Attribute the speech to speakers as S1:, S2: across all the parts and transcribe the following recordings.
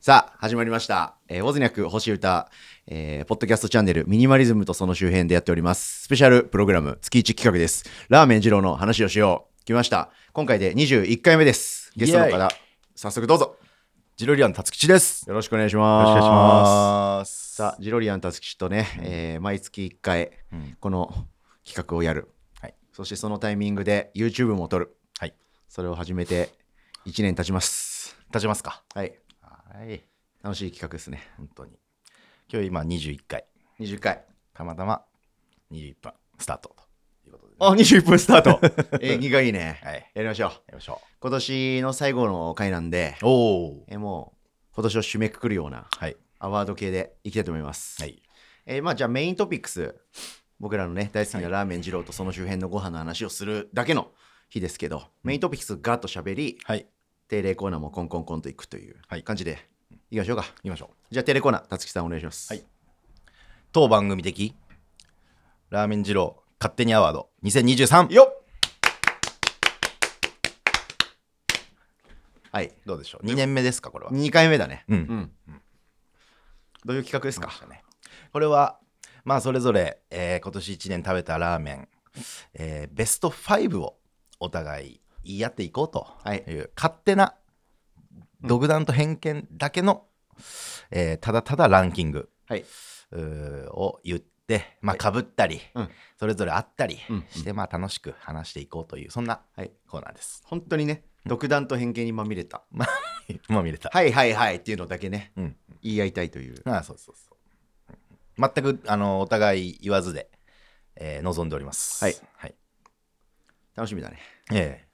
S1: さあ、始まりました。えー、ウォズニャク星歌、えー、ポッドキャストチャンネル、ミニマリズムとその周辺でやっております。スペシャルプログラム、月1企画です。ラーメン二郎の話をしよう。来ました。今回で21回目です。ゲストの
S2: イエー
S1: 方
S2: イ、
S1: 早速どうぞ。
S2: ジロリアン辰吉です。
S1: よろしくお願いします。
S2: よろしくお願いします
S1: さあ、ジロリアンたつきとね、えー毎月1回、
S2: うん
S1: この企画をやる。
S2: はい
S1: そしてそのタイミングで YouTube も撮る。
S2: はい
S1: それを始めて1年経ちます。
S2: 立ちますか。
S1: はい。
S2: はい。
S1: 楽しい企画ですね。
S2: 本当に。今日今21回。
S1: 20回。
S2: たまたま21分スタートということで、
S1: あ、21分スター ト。縁起がいいね。
S2: はい。や
S1: やりましょう。
S2: りましょ
S1: 今年の最後の回なんで、
S2: う。おお。
S1: えーもう今年を締めくくるような
S2: はい。
S1: アワード系でいきたいと思います。
S2: はい。
S1: えーまあじゃあメイントピックス、僕らのね、大好きなラーメン二郎とその周辺のご飯の話をするだけの日ですけど、メイントピックスガーッと喋り、
S2: はい。
S1: 定例コーナーもコンコンコンといくという
S2: はい
S1: 感じで、いきましょうか。
S2: 行きましょう。
S1: じゃあ定例コーナー、たつきさんお願いします。
S2: はい当番組的ラーメン二郎勝手にアワード2023。
S1: よっはい。
S2: どうでしょう。2年目ですかこれは。
S1: 2回目だね。
S2: うん
S1: どういう企画ですか
S2: ねこれはまあそれぞれ、えー今年1年食べたラーメン、えーベスト5をお互い言い合っていこうと
S1: はい
S2: いう、勝手な独断と偏見だけの、えーただただランキング
S1: はい。
S2: うーを言ってまあ
S1: はい
S2: かぶったり、
S1: うん
S2: それぞれあったり
S1: うん
S2: して、まあ楽しく話していこうというそんな
S1: はい
S2: コーナーです。
S1: 本当にね、独断と偏見にまみれた。
S2: まあ見れた。
S1: はいはいはいっていうのだけね、
S2: うん
S1: 言い合いたいという。
S2: ああそうそうそう全くあのお互い言わずで、えー望んでおります。
S1: はい
S2: はい
S1: 楽しみだね。
S2: え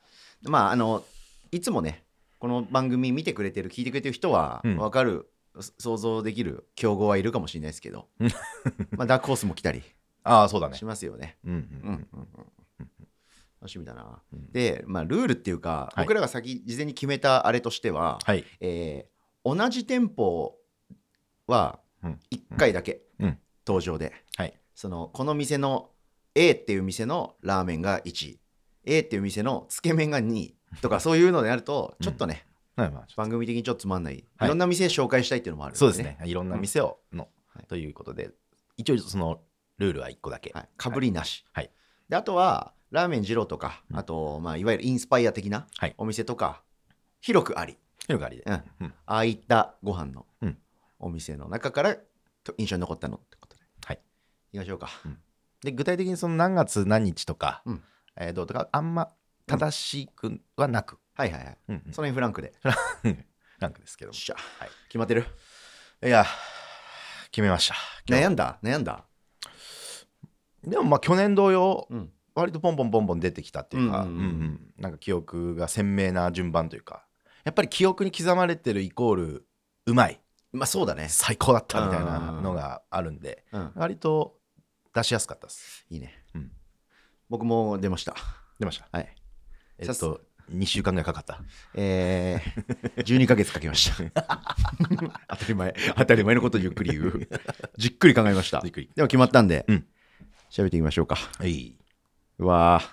S1: まあ、あの、いつもね、この番組見てくれてる、聞いてくれてる人は、
S2: うん
S1: わかる、そ想像できる競合はいるかもしれないですけど
S2: うん、
S1: まあ、ダークホースも来たり
S2: えああ、そうだね
S1: し。ますよね。
S2: うん
S1: う
S2: う
S1: ん
S2: ん
S1: うんうん楽しみだな。
S2: うん
S1: で、まあ、ルールっていうか、
S2: はい
S1: 僕らが先、事前に決めたあれとしては、
S2: はい。
S1: えー同じ店舗は
S2: うん
S1: 1回だけ
S2: うん
S1: 登場で、
S2: はい。
S1: そのこの店の A っていう店のラーメンが1位 A っていう店のつけ麺が2位とかそういうのであると
S2: うん
S1: ちょっとね、
S2: はいまあ、
S1: 番組的にちょっとつまんない、、
S2: はいい
S1: ろんな店紹介したいっていうのもあるん
S2: そうですね。いろんな店をの、
S1: はい
S2: ということで、一応そのルールは1個だけ。
S1: はい、かぶりなし、
S2: はい
S1: であとはラーメン二郎とか、
S2: うん
S1: あと、まあ、いわゆるインスパイア的な
S2: はい
S1: お店とか、広くあり
S2: 広がりで。
S1: うん
S2: うん
S1: ああいったご飯の
S2: うん
S1: お店の中からと印象に残ったのってことで
S2: はい
S1: 行きましょうか、
S2: で、具体的にその何月何日とか、
S1: うん
S2: えーどうとか、あんま正しくはなく、
S1: はいはいはい
S2: うんうん
S1: その辺フランクで、よ
S2: ランクですけど
S1: っ
S2: も。
S1: しゃ
S2: はい、
S1: 決まってる
S2: いや、決めました。今日
S1: 悩んだ悩んだ
S2: でもまあ去年同様、
S1: うん
S2: 割とポンポンポンポン出てきたっていうか、
S1: う
S2: うんん
S1: うん
S2: う
S1: うん
S2: んなんか記憶が鮮明な順番というか、やっぱり記憶に刻まれてるイコール、うまい。
S1: まあそうだね。
S2: 最高だったみたいなのがあるんで
S1: うん、
S2: 割と出しやすかったです
S1: いいね、
S2: うん
S1: 僕も出ました。
S2: 出ました
S1: はい。
S2: えっと2週間ぐらいかかった
S1: え ー、12ヶ月かけました。 当たり前、当たり前のことをゆっくり言 う。じっくり考えました。
S2: ゆっくり
S1: でも決まったんで、
S2: うん
S1: 喋っていきましょうか。
S2: はい、
S1: うわー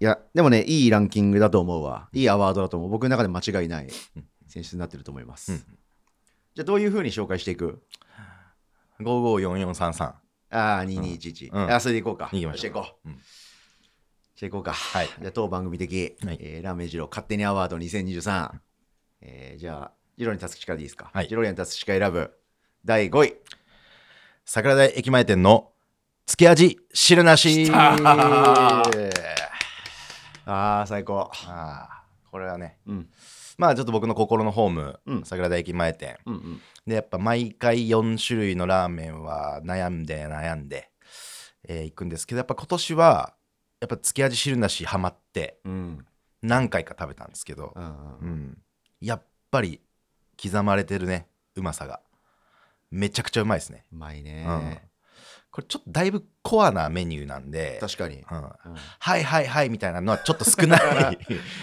S1: いや、でもね、いいランキングだと思うわ。いいアワードだと思う。僕の中で間違いない選出になってると思います。
S2: うん
S1: じゃあ、どういうふうに紹介していく
S2: 554433
S1: ああ、2211。
S2: うん
S1: あそれでいこうか。
S2: 行きましょう
S1: ていこう。
S2: うん
S1: していこうか。
S2: はい
S1: じゃあ、当番組的、
S2: はい
S1: えーラーメン二郎勝手にアワード2023。えーじゃあ、二郎に立つ力でいいですか。
S2: はい
S1: 二郎に立つ力選ぶ第5位。
S2: 桜台駅前店のつけ味汁なし
S1: きた
S2: あ
S1: ああ、最高。
S2: あこれはね
S1: うん。
S2: まあちょっと僕の心のホーム、
S1: うん
S2: 桜台駅前店
S1: うんうん。
S2: でやっぱ毎回4種類のラーメンは悩んで悩んで、えー行くんですけどやっぱ今年はやっぱつけ味汁なしハマって
S1: うん。
S2: 何回か食べたんですけど
S1: う、。
S2: うんん、やっぱり刻まれてるねうまさがめちゃくちゃうまいですね、
S1: うまい
S2: うん
S1: ね、、
S2: これちょっとだいぶコアなメニューなんで、
S1: 確かに。
S2: うん、は
S1: うん
S2: いはいはいみたいなのはちょっと少ない、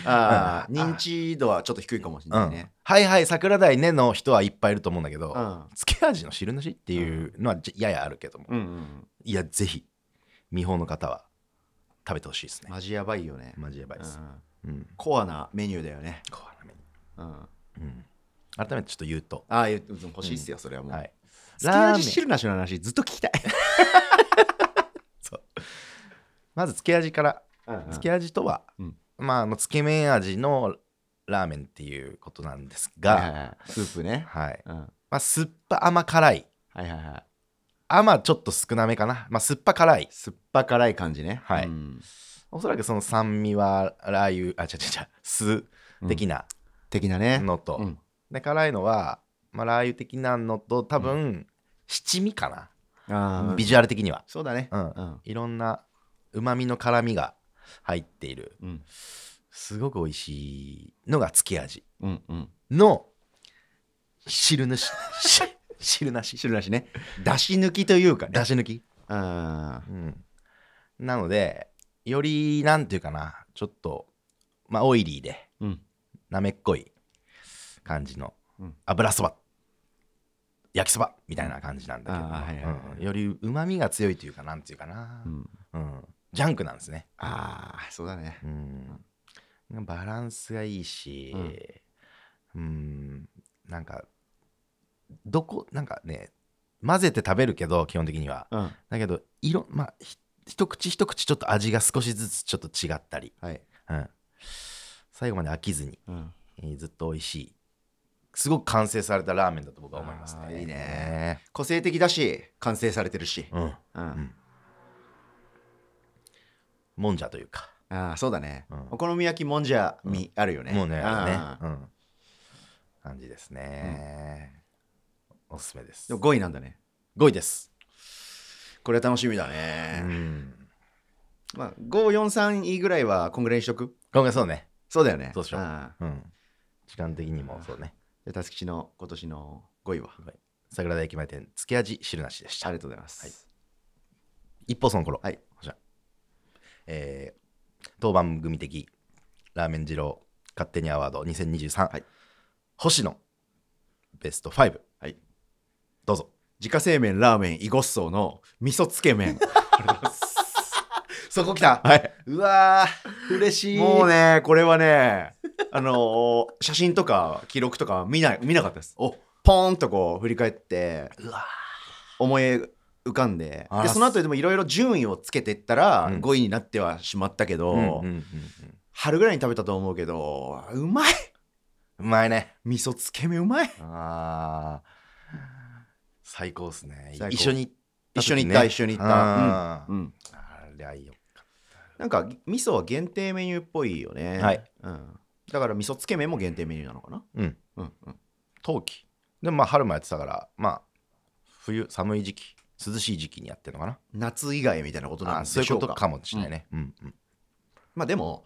S1: ああ、
S2: うん
S1: 認知度はちょっと低いかもしれ
S2: う
S1: ない
S2: ん
S1: ね。、
S2: はいはい桜台ねの人はいっぱいいると思うんだけど、
S1: うん。
S2: つけ味の汁なしっていうのはじややあるけども、
S1: うんうん。
S2: いやぜひ見本の方は食べてほしいですね
S1: マジやばいよね。
S2: マジやばいです、
S1: うん
S2: うん
S1: コアなメニューだよね。
S2: コアなメニ
S1: うん。
S2: ュー、うん改めてちょっと言うと、
S1: ああ、いやうん欲しいっすよ、それはもう。
S2: はい、
S1: 好きな味汁なしの話、ずっと聞きたい。
S2: まずつけ味からつけ味とは、
S1: うん
S2: まああのつけ麺味のラーメンっていうことなんですが、
S1: はいはいはいスープね。
S2: はい
S1: うんは
S2: まあ、酸っぱ甘辛い
S1: いはいはい。
S2: 甘ちょっと少なめかな、まあ、酸っぱ辛い
S1: 酸っぱ辛い感じね。
S2: はい
S1: うん
S2: おそらくその酸味はラー油あ違う違う違う酢的な
S1: 的なね。
S2: のと、
S1: うん
S2: で辛いのは、まあ、ラー油的なのと多分、七味か
S1: あ
S2: な、
S1: ー
S2: ビジュアル的には
S1: そうだね。
S2: うん
S1: うん
S2: いろんなうまみの辛みが入っている
S1: うん
S2: すごく美味しいのがつけ味
S1: うんうん。
S2: の汁 なしし汁なし
S1: 汁なしね。出し抜きというかね。
S2: 出し抜き、
S1: あー
S2: うん、なのでよりなんていうかなちょっとまあオイリーで
S1: うん
S2: なめっこい感じの
S1: うん
S2: 油そば焼きそばみたいな感じなんだけど
S1: あーはいはいはい
S2: うんよりうまみが強いというかなんていうかな
S1: う、ん
S2: うんジャンクなんですね、
S1: あー、そうだね。
S2: うん、バランスがいいし、うん、なんかどこなんかね混ぜて食べるけど基本的には
S1: うん。
S2: だけど色まあひ一口一口ちょっと味が少しずつちょっと違ったり、
S1: はい。
S2: うん、最後まで飽きずに、
S1: うん
S2: えーずっと美味しいすごく完成されたラーメンだと僕は思います
S1: あ
S2: ね
S1: ーいいね個性的だし、完成されてるし。
S2: うん
S1: うん
S2: もんじゃというか
S1: ああ、そうだね
S2: うん。
S1: お好み焼きもんじゃみあるよね。
S2: もうね
S1: あ
S2: あ
S1: ー
S2: れね、うん、感じですね、おすすめです
S1: でも5位なんだね。
S2: 5位です、
S1: これは楽しみだ
S2: う
S1: ね。
S2: ん、
S1: まあ、5、4、3位ぐらいはこんぐらいにしとく
S2: ごめんそうね、
S1: そうだよね。
S2: そうしよう
S1: ああ
S2: うん、時間的にもそうね
S1: じゃあ、たつきちの今年の5位は。
S2: 桜田駅前店つけ味汁なしでし
S1: あ
S2: た
S1: りがとうございます。
S2: 一方その頃、
S1: はい
S2: こちらえー当番組的ラーメン二郎勝手にアワード2023、
S1: はい
S2: 星野ベスト5、
S1: はい、
S2: どうぞ
S1: 自家製麺、ラーメン、イゴッソーの味噌つけ麺。
S2: そこ来た、
S1: はい。
S2: うわー 嬉しい
S1: もうね、これはね、あのー写真とか記録とか見ない見なかったです。
S2: お
S1: ポーンとこう振り返って、
S2: うわ
S1: 思い浮かんで
S2: あら
S1: でその後でもいろいろ順位をつけてったら
S2: うん
S1: 5位になってはしまったけど、
S2: うんうんうんうん
S1: 春ぐらいに食べたと思うけどうまいう
S2: まいね
S1: 味噌つけ麺うまい
S2: あー最高ですね
S1: 最高
S2: 一緒に
S1: 一緒に行った一緒に行った、
S2: あ,、
S1: う
S2: うんん、
S1: うん、
S2: あれはいいよ
S1: なんか味噌は限定メニューっぽいよね、
S2: はい
S1: うん、だから味噌つけ麺も限定メニューなのかな、
S2: うん
S1: うんうん、
S2: 冬季でもまあ春もやってたからまあ冬寒い時期涼しい時期にやってるのかな
S1: 夏以外みたいなことなん
S2: あ
S1: でし
S2: そういう
S1: ょ
S2: こ
S1: うか
S2: とかもしれないね、うんうん
S1: まあでも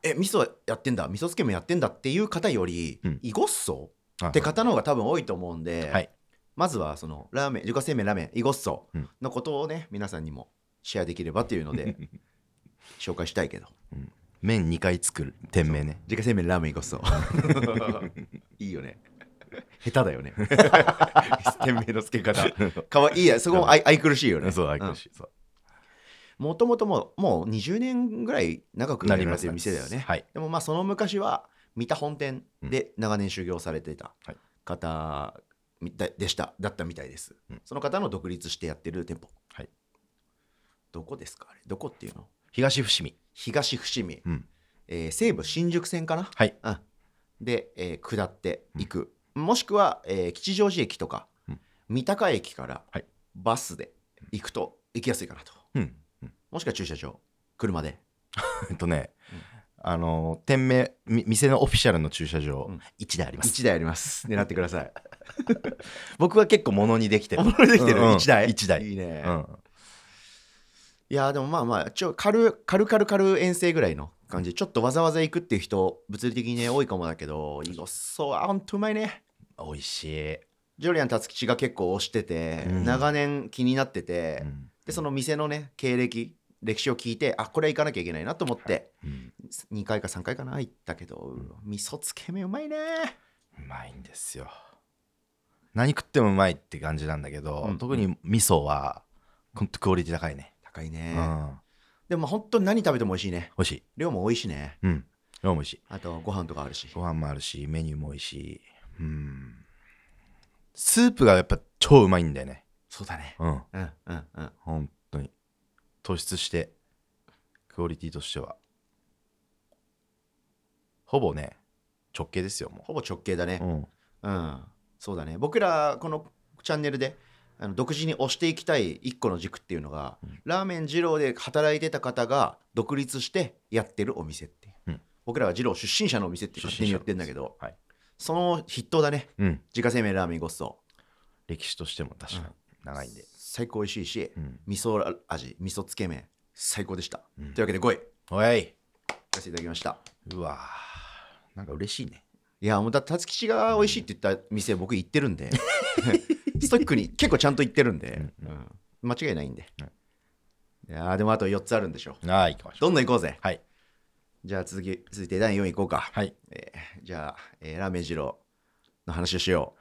S1: え味噌やってんだ味噌つけ麺やってんだっていう方より、
S2: うん
S1: イゴッソ
S2: あ
S1: って方の方が多分多いと思うんで、
S2: はい
S1: まずはそのラーメン自家製麺ラーメンイゴッソ
S2: うん
S1: のことをね、皆さんにもシェアできればというの で紹介したいけど
S2: 麺2回作る店名ね
S1: 自家製麺ラーメンイゴッソ いいよね下手だよね 店名の付け方かわいいやそこも愛愛くるしいよね
S2: そう愛くるしいそう
S1: もともともうもう20年ぐらい長くなりますよ店だよね
S2: はい
S1: でもまあその昔は三田本店で長年修行されてた
S2: はい
S1: 方みたいでしただったみたいです、
S2: うん
S1: その方の独立してやってる店舗
S2: はい
S1: どこですかあれどこっていうの
S2: 東伏見
S1: 東伏見、
S2: うん
S1: えー西武新宿線かな、
S2: はい
S1: うんで、えー下っていく、もしくは、えー吉祥寺駅とか、
S2: うん
S1: 三鷹駅から
S2: はい
S1: バスで行くと行きやすいかなと
S2: うんうん
S1: もしくは駐車場車で
S2: えっとね
S1: うん
S2: あの店名み店のオフィシャルの駐車場
S1: うん
S2: 1台あります
S1: 1台あります狙ってください
S2: 僕は結構ものにできてる
S1: おもろいできてる、
S2: うんうん
S1: 1台
S2: 一台
S1: いいね、
S2: うん
S1: いやーでもまあまあちょ軽軽軽軽遠征ぐらいの感じちょっとわざわざ行くっていう人物理的にね多いかもだけどいいごっそうあほんとうまいね
S2: 美味しい、
S1: ジョリアン辰吉が結構推してて、
S2: うん
S1: 長年気になってて、
S2: うん
S1: でその店のね経歴歴史を聞いてあこれは行かなきゃいけないなと思って、
S2: うん
S1: 2回か3回かな行ったけど、味噌つけ麺うまいね
S2: うまいんですよ何食ってもうまいって感じなんだけど、
S1: うん
S2: 特に味噌はほんとクオリティ高いね、
S1: 高いね、
S2: うん
S1: でも本当に何食べても美味しいね
S2: 美味しい
S1: 量も多いしね
S2: うん量も美味しい
S1: あとご飯とかあるし
S2: ご飯もあるしメニューも美味しい、うんスープがやっぱ超うまいんだよね
S1: そうだね。
S2: うん
S1: うんうんうん。
S2: 本当に突出してクオリティとしてはほぼね直径ですよも
S1: ほぼ直径だね
S2: う、。うん、
S1: うん。そうだね。僕ら、このチャンネルで、あの独自に推していきたい一個の軸っていうのが、
S2: うん
S1: ラーメン二郎で働いてた方が独立してやってるお店っていう、
S2: うん
S1: 僕らは二郎出身者のお店って勝手に言ってんだけど、
S2: はい
S1: その筆頭だね
S2: うん、
S1: 自家製麺ラーメンごちそ
S2: 歴史としても確かに長いんで
S1: う、最高美味しいし、
S2: うん
S1: 味噌味味噌つけ麺最高でした、
S2: うん
S1: というわけで5位い
S2: おい
S1: かせていただきました
S2: うわーなんか嬉しいね
S1: いやもうだたつきちが美味しいって言った店僕行ってるんで ストイックに結構ちゃんと行ってるんで、
S2: うん
S1: うん間違いないんで、
S2: はい
S1: い、やーでもあと4つあるんでしょ
S2: ああ行きましょう
S1: どんどん行こうぜ
S2: はい
S1: じゃあ続き続いて第4位行こうか、
S2: はい
S1: えーじゃあ、えーラーメン二郎の話をしよ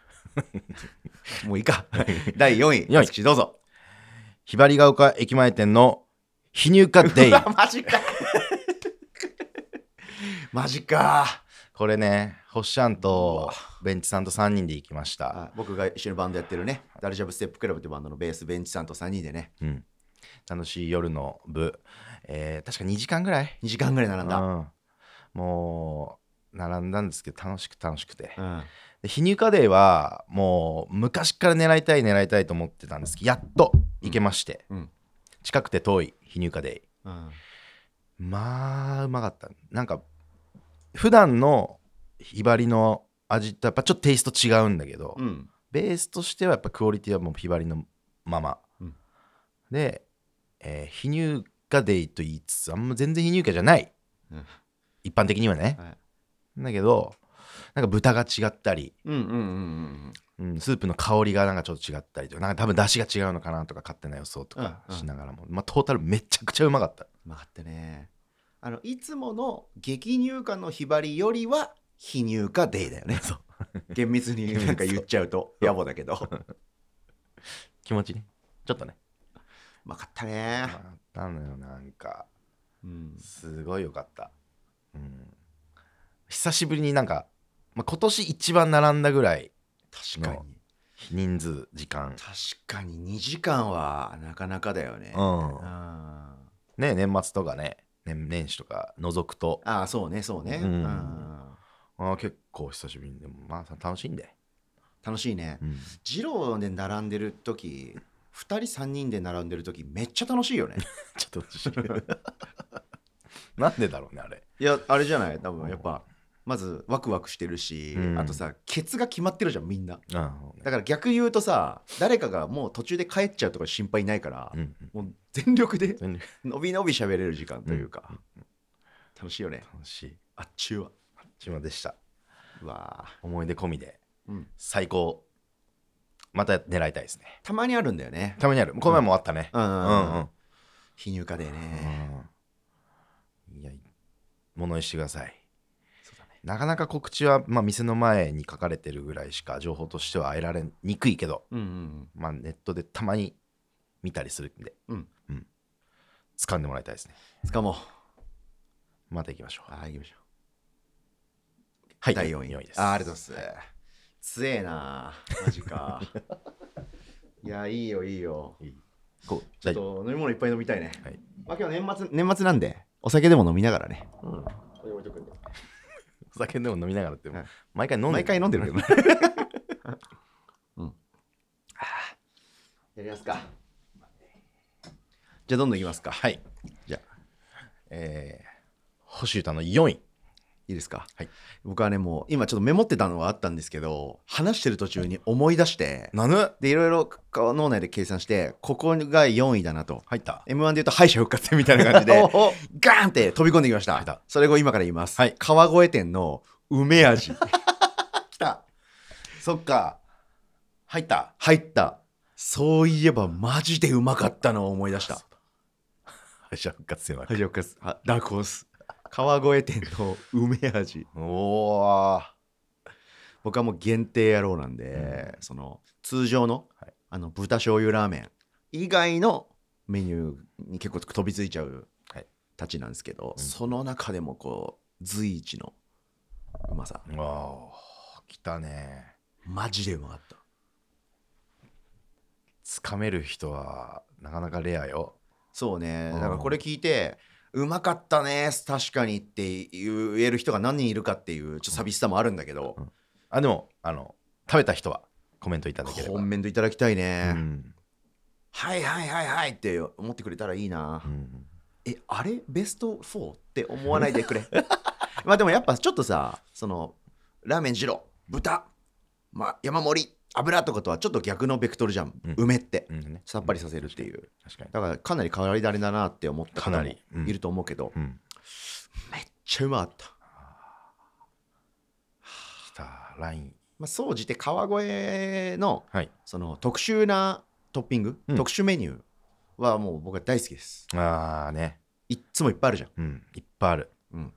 S1: う もういいか第4位
S2: 四
S1: た
S2: 位
S1: つきちどうぞ
S2: ひばりが丘駅前店の非入荷デイ
S1: うわ マジかマジか
S2: これね星ちゃん
S1: う
S2: と
S1: わ
S2: ベンチさんと3人で行きました
S1: あ僕が一緒にバンドやってるねダルジャブステップクラブってバンドのベースベンチさんと3人でね
S2: うん、楽しい夜の部、えー確か2時間ぐらい
S1: 2時間ぐらい並んだ、
S2: うん、もう並んだんですけど楽しく楽しくて、
S1: うん
S2: で非入荷デーはもう昔から狙いたい狙いたいと思ってたんですけどやっと行けまして、
S1: うん
S2: 近くて遠い非入荷デイ
S1: うん
S2: まあうまかったなんか普段のひばりの味とやっぱちょっとテイスト違うんだけど、
S1: うん
S2: ベースとしてはやっぱクオリティはもうひばりのまま、
S1: うん
S2: で、えー非入荷デイと言いつつあんま全然非入荷じゃない
S1: うん
S2: 一般的にはね
S1: はい
S2: だけどなんか豚が違ったり、
S1: うんうんうん
S2: うん、スープの香りがなんかちょっと違ったりとかなんか多分出汁が違うのかなとか勝手な予想とか
S1: うんうん
S2: しながらも、まあトータルめちゃくちゃうまかった
S1: うまかったねあのいつもの激入荷のひばりよりは非入荷デイだよね厳密 になんか言っちゃうと野暮だけどう
S2: 気持ちねちょっとね
S1: まかったね
S2: うまかったのよなんか
S1: うん
S2: すごいよかった、うん、久しぶりになんか、まあ、今年一番並んだぐらい
S1: 確かに
S2: 人数時間
S1: 確かに2時間はなかなかだよね
S2: うん
S1: あ
S2: ね年末とかね年年始とか覗くと
S1: あーそうねそうね、
S2: うん
S1: うん
S2: あー結構久しぶりにでもまあ楽しいんで、
S1: 楽しいね
S2: うん
S1: 二郎で並んでる時2人3人で並んでる時めっちゃ楽しいよね
S2: ちょっと楽しい なんでだろうねあれ
S1: いやあれじゃない多分やっぱまずワクワクしてるし、
S2: うん
S1: あとさケツが決まってるじゃんみんな
S2: あ
S1: だから逆言うとさ誰かがもう途中で帰っちゃうとか心配ないから、
S2: うんうん
S1: もう全力で
S2: 全然
S1: 伸び伸び喋れる時間というか、
S2: うん
S1: 楽しいよね
S2: 楽しい
S1: あっちゅうわ
S2: 島でした
S1: うわ
S2: 思い出込みで
S1: ー、うん、
S2: 最高また狙いたいですね
S1: たまにあるんだよね
S2: たまにあるこの前もあったね
S1: うんう
S2: うんん
S1: う、
S2: うん
S1: うん
S2: ん
S1: 非入荷でね、
S2: うんいや物にしてください
S1: そうだね
S2: なかなか告知は、まあ、店の前に書かれてるぐらいしか情報としては得られにくいけど、
S1: うんうん
S2: まあ、ネットでたまに見たりするんで、
S1: うん
S2: うん、掴んでもらいたいですね。
S1: うんつかもう
S2: また行きましょう。
S1: あー行きましょう
S2: はい、
S1: 第4位
S2: 四です。
S1: あーありがとうございます、強えなマジかいやいいよいいよ
S2: いいこう
S1: ちょっと飲み物いっぱい飲みたいね、
S2: はい
S1: まあ今日年末年末なんでお酒でも飲みながらね
S2: 大丈夫うん
S1: これ置いとくんで
S2: お酒でも飲みながらって、
S1: はい
S2: 毎回飲んで
S1: 毎回飲んでるけどね うんあーやりますかじゃあどんどんいきますか
S2: はい。
S1: じゃあ
S2: えー、星歌の4位。
S1: いいですか、
S2: はい
S1: 僕はねもう今ちょっとメモってたのがあったんですけど話してる途中に思い出して
S2: なぬ
S1: でいろいろこう脳内で計算してここが4位だなと
S2: 入った。
S1: m 1で言うと敗者復活戦みたいな感じで
S2: おお
S1: ガーンって飛び込んできまし
S2: 来
S1: た
S2: た
S1: それを今から言います、
S2: はい
S1: 川越店の梅味
S2: 来た。そっか。入った。
S1: 入ったそういえばマジでうまかったのを思い出した
S2: 敗者復活戦は。
S1: 敗者復活あダークホース川越店の梅味
S2: おー。
S1: 僕はもう限定野郎なんで、その通常の,、
S2: はい
S1: あの豚醤油ラーメン以外のメニューに結構飛びついちゃう
S2: はい
S1: たちなんですけど、
S2: うん
S1: その中でもこう随一のうまさ
S2: おー来たね
S1: マジでうまかった。
S2: つかめる人はなかなかレアよ
S1: そうね。
S2: うん
S1: だからこれ聞いて、うまかったね、確かにって言える人が何人いるかっていう、ちょっと寂しさもあるんだけど、
S2: あでもあの食べた人はコメントいただければ
S1: 本面でいただきたいね。
S2: うん
S1: はいはいはいはいって思ってくれたらいいな。
S2: うん
S1: え、あれベスト 4? って思わないでくれ。 まあでもやっぱちょっとさ、その、ラーメン二郎、豚、まあ、山盛り、油とかとはちょっと逆のベクトルじゃん。
S2: うん
S1: 梅って。
S2: うんね
S1: さっぱりさせるっていう。
S2: 確かに
S1: だからかなり変わり種だなって思った方
S2: かな
S1: も
S2: りうん
S1: いると思うけど、
S2: うん
S1: めっちゃうまかった。
S2: 来たライン
S1: まあ、総じて川越の
S2: はい
S1: その特殊なトッピング、
S2: うん
S1: 特殊メニューはもう僕は大好きです。
S2: ああね
S1: いっつもいっぱいあるじゃん。
S2: うんいっぱいある
S1: うん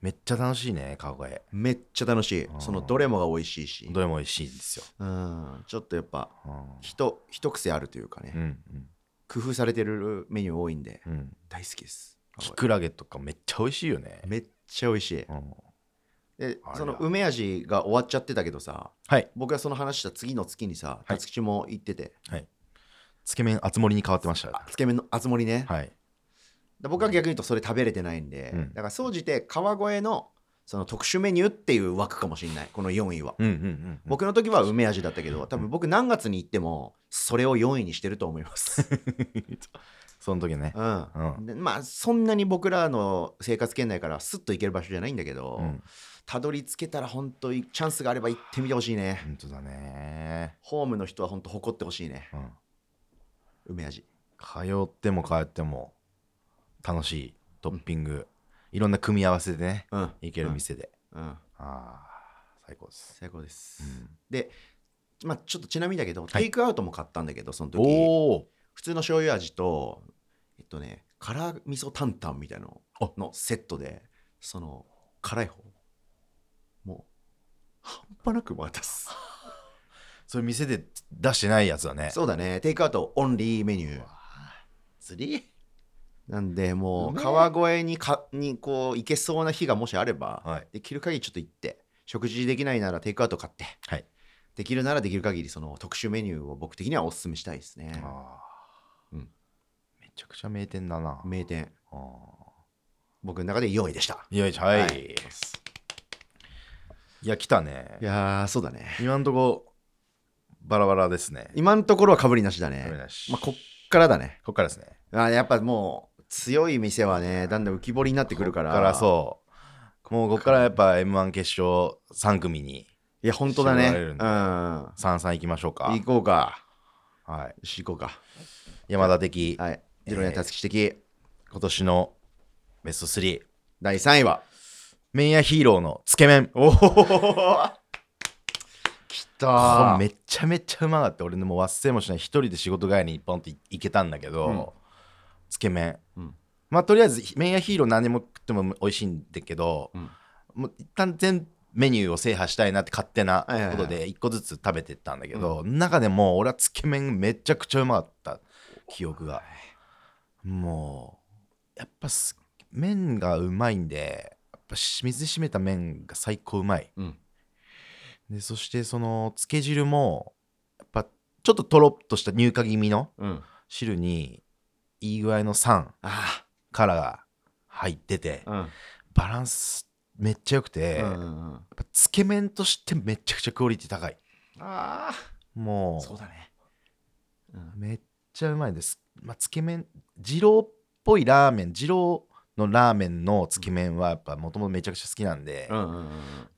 S2: めっちゃ楽しいね川越
S1: めっちゃ楽しい
S2: あ。ー
S1: そのどれもが美味しいし、
S2: どれも美味しいんですよ
S1: うん、ちょっとやっぱ
S2: うん
S1: 人一癖あるというかね、
S2: うん
S1: 工夫されてるメニュー多いんで
S2: うんうん
S1: 大好きです。
S2: キクラゲとかめっちゃ美味しいよね
S1: めっちゃ美味しい。
S2: うん
S1: で
S2: あら
S1: その梅味が終わっちゃってたけどさ
S2: はい
S1: 僕がその話した次の月にさ
S2: い
S1: 辰吉も行ってて、
S2: つけ麺厚盛りに変わってました
S1: あつけ麺のあつ森ね、
S2: はい
S1: だ僕は逆に言うとそれ食べれてないんで、
S2: うん
S1: だから総じて川越のその特殊メニューっていう枠かもしれないこの4位は、
S2: うんうんうん
S1: 僕の時は梅味だったけど多分僕何月に行ってもそれを4位にしてると思います、
S2: その時ね
S1: うん
S2: う
S1: でまあそんなに僕らの生活圏内からスッと行ける場所じゃないんだけど、
S2: うん
S1: たどり着けたら本当にチャンスがあれば行ってみてほしいね、
S2: 本当だね
S1: ホームの人は本当誇ってほしいね
S2: うん
S1: 梅味
S2: 通っても帰っても楽しいトッピング、いろんな組み合わせでね
S1: うん
S2: いける店で、
S1: うん、うん
S2: ああ最高です、
S1: 最高です、
S2: うん
S1: でまあちょっとちなみにだけどテイクアウトも買ったんだけどその時
S2: おお
S1: 普通の醤油味とえっとね辛味噌担々みたいの
S2: あ
S1: のセットでその辛い方もう半端なくまたす
S2: それ店で出してないやつだね
S1: そうだねテイクアウトオンリーメニュー
S2: 釣り
S1: なんでも
S2: う
S1: う
S2: めえ
S1: 川越にかにこう行けそうな日がもしあれば、
S2: はい
S1: できる限りちょっと行って食事できないならテイクアウト買って、
S2: はい
S1: できるならできる限りその特殊メニューを僕的にはおすすめしたいですね
S2: あー
S1: うん
S2: めちゃくちゃ名店だな、
S1: 名店
S2: あ
S1: 僕の中で4位でした
S2: ーよいしょはい、、
S1: はい
S2: や来たね
S1: いやーそうだね
S2: 今んとこバラバラですね
S1: 今のところはかぶりなしだね
S2: ダメだし
S1: まあ、こっからだね
S2: こっからですね
S1: あやっぱもう強い店はねだんだん浮き彫りになってくるから
S2: こっからそうもうここからやっぱ m 1決勝3組に
S1: ういや本当だね
S2: 絞られる
S1: うんん
S2: だ
S1: 行
S2: 三三行きましょうか。
S1: こうか
S2: はい、
S1: よし行こうか
S2: 山田的、
S1: はいジロニアたつき的
S2: 今年のベスト3。
S1: 第3位は
S2: 麺屋ヒーローのつけ麺。
S1: おおき
S2: こ
S1: た
S2: れめちゃめちゃうまかった。俺ねもう忘れもしない。一人で仕事帰りにポンと行けたんだけど、
S1: うん
S2: つけ麺。
S1: うん
S2: まあとりあえず麺屋ヒーロー何でも食っても美味しいんだけど、
S1: うん
S2: もう一旦全メニューを制覇したいなって勝手な
S1: はいはいはい
S2: ことで一個ずつ食べてったんだけど、中でも俺はつけ麺めちゃくちゃうまかった記憶がもうやっぱす麺がうまいんでやっぱし水しめた麺が最高うまい
S1: うん
S2: でそしてそのつけ汁もやっぱちょっととろっとした乳化気味の
S1: うん
S2: 汁にいい具合の酸
S1: あ
S2: からが入ってて
S1: あ
S2: バランスめっちゃ良くて、
S1: うんう
S2: やっ
S1: んうん
S2: ぱつけ麺としてめちゃくちゃクオリティ高い
S1: ああ
S2: も
S1: そうだねうん
S2: うめっちゃうまいです、まあ、つけ麺二郎っぽいラーメン二郎のラーメンのつけ麺はやっぱもともとめちゃくちゃ好きなんで
S1: う、んうん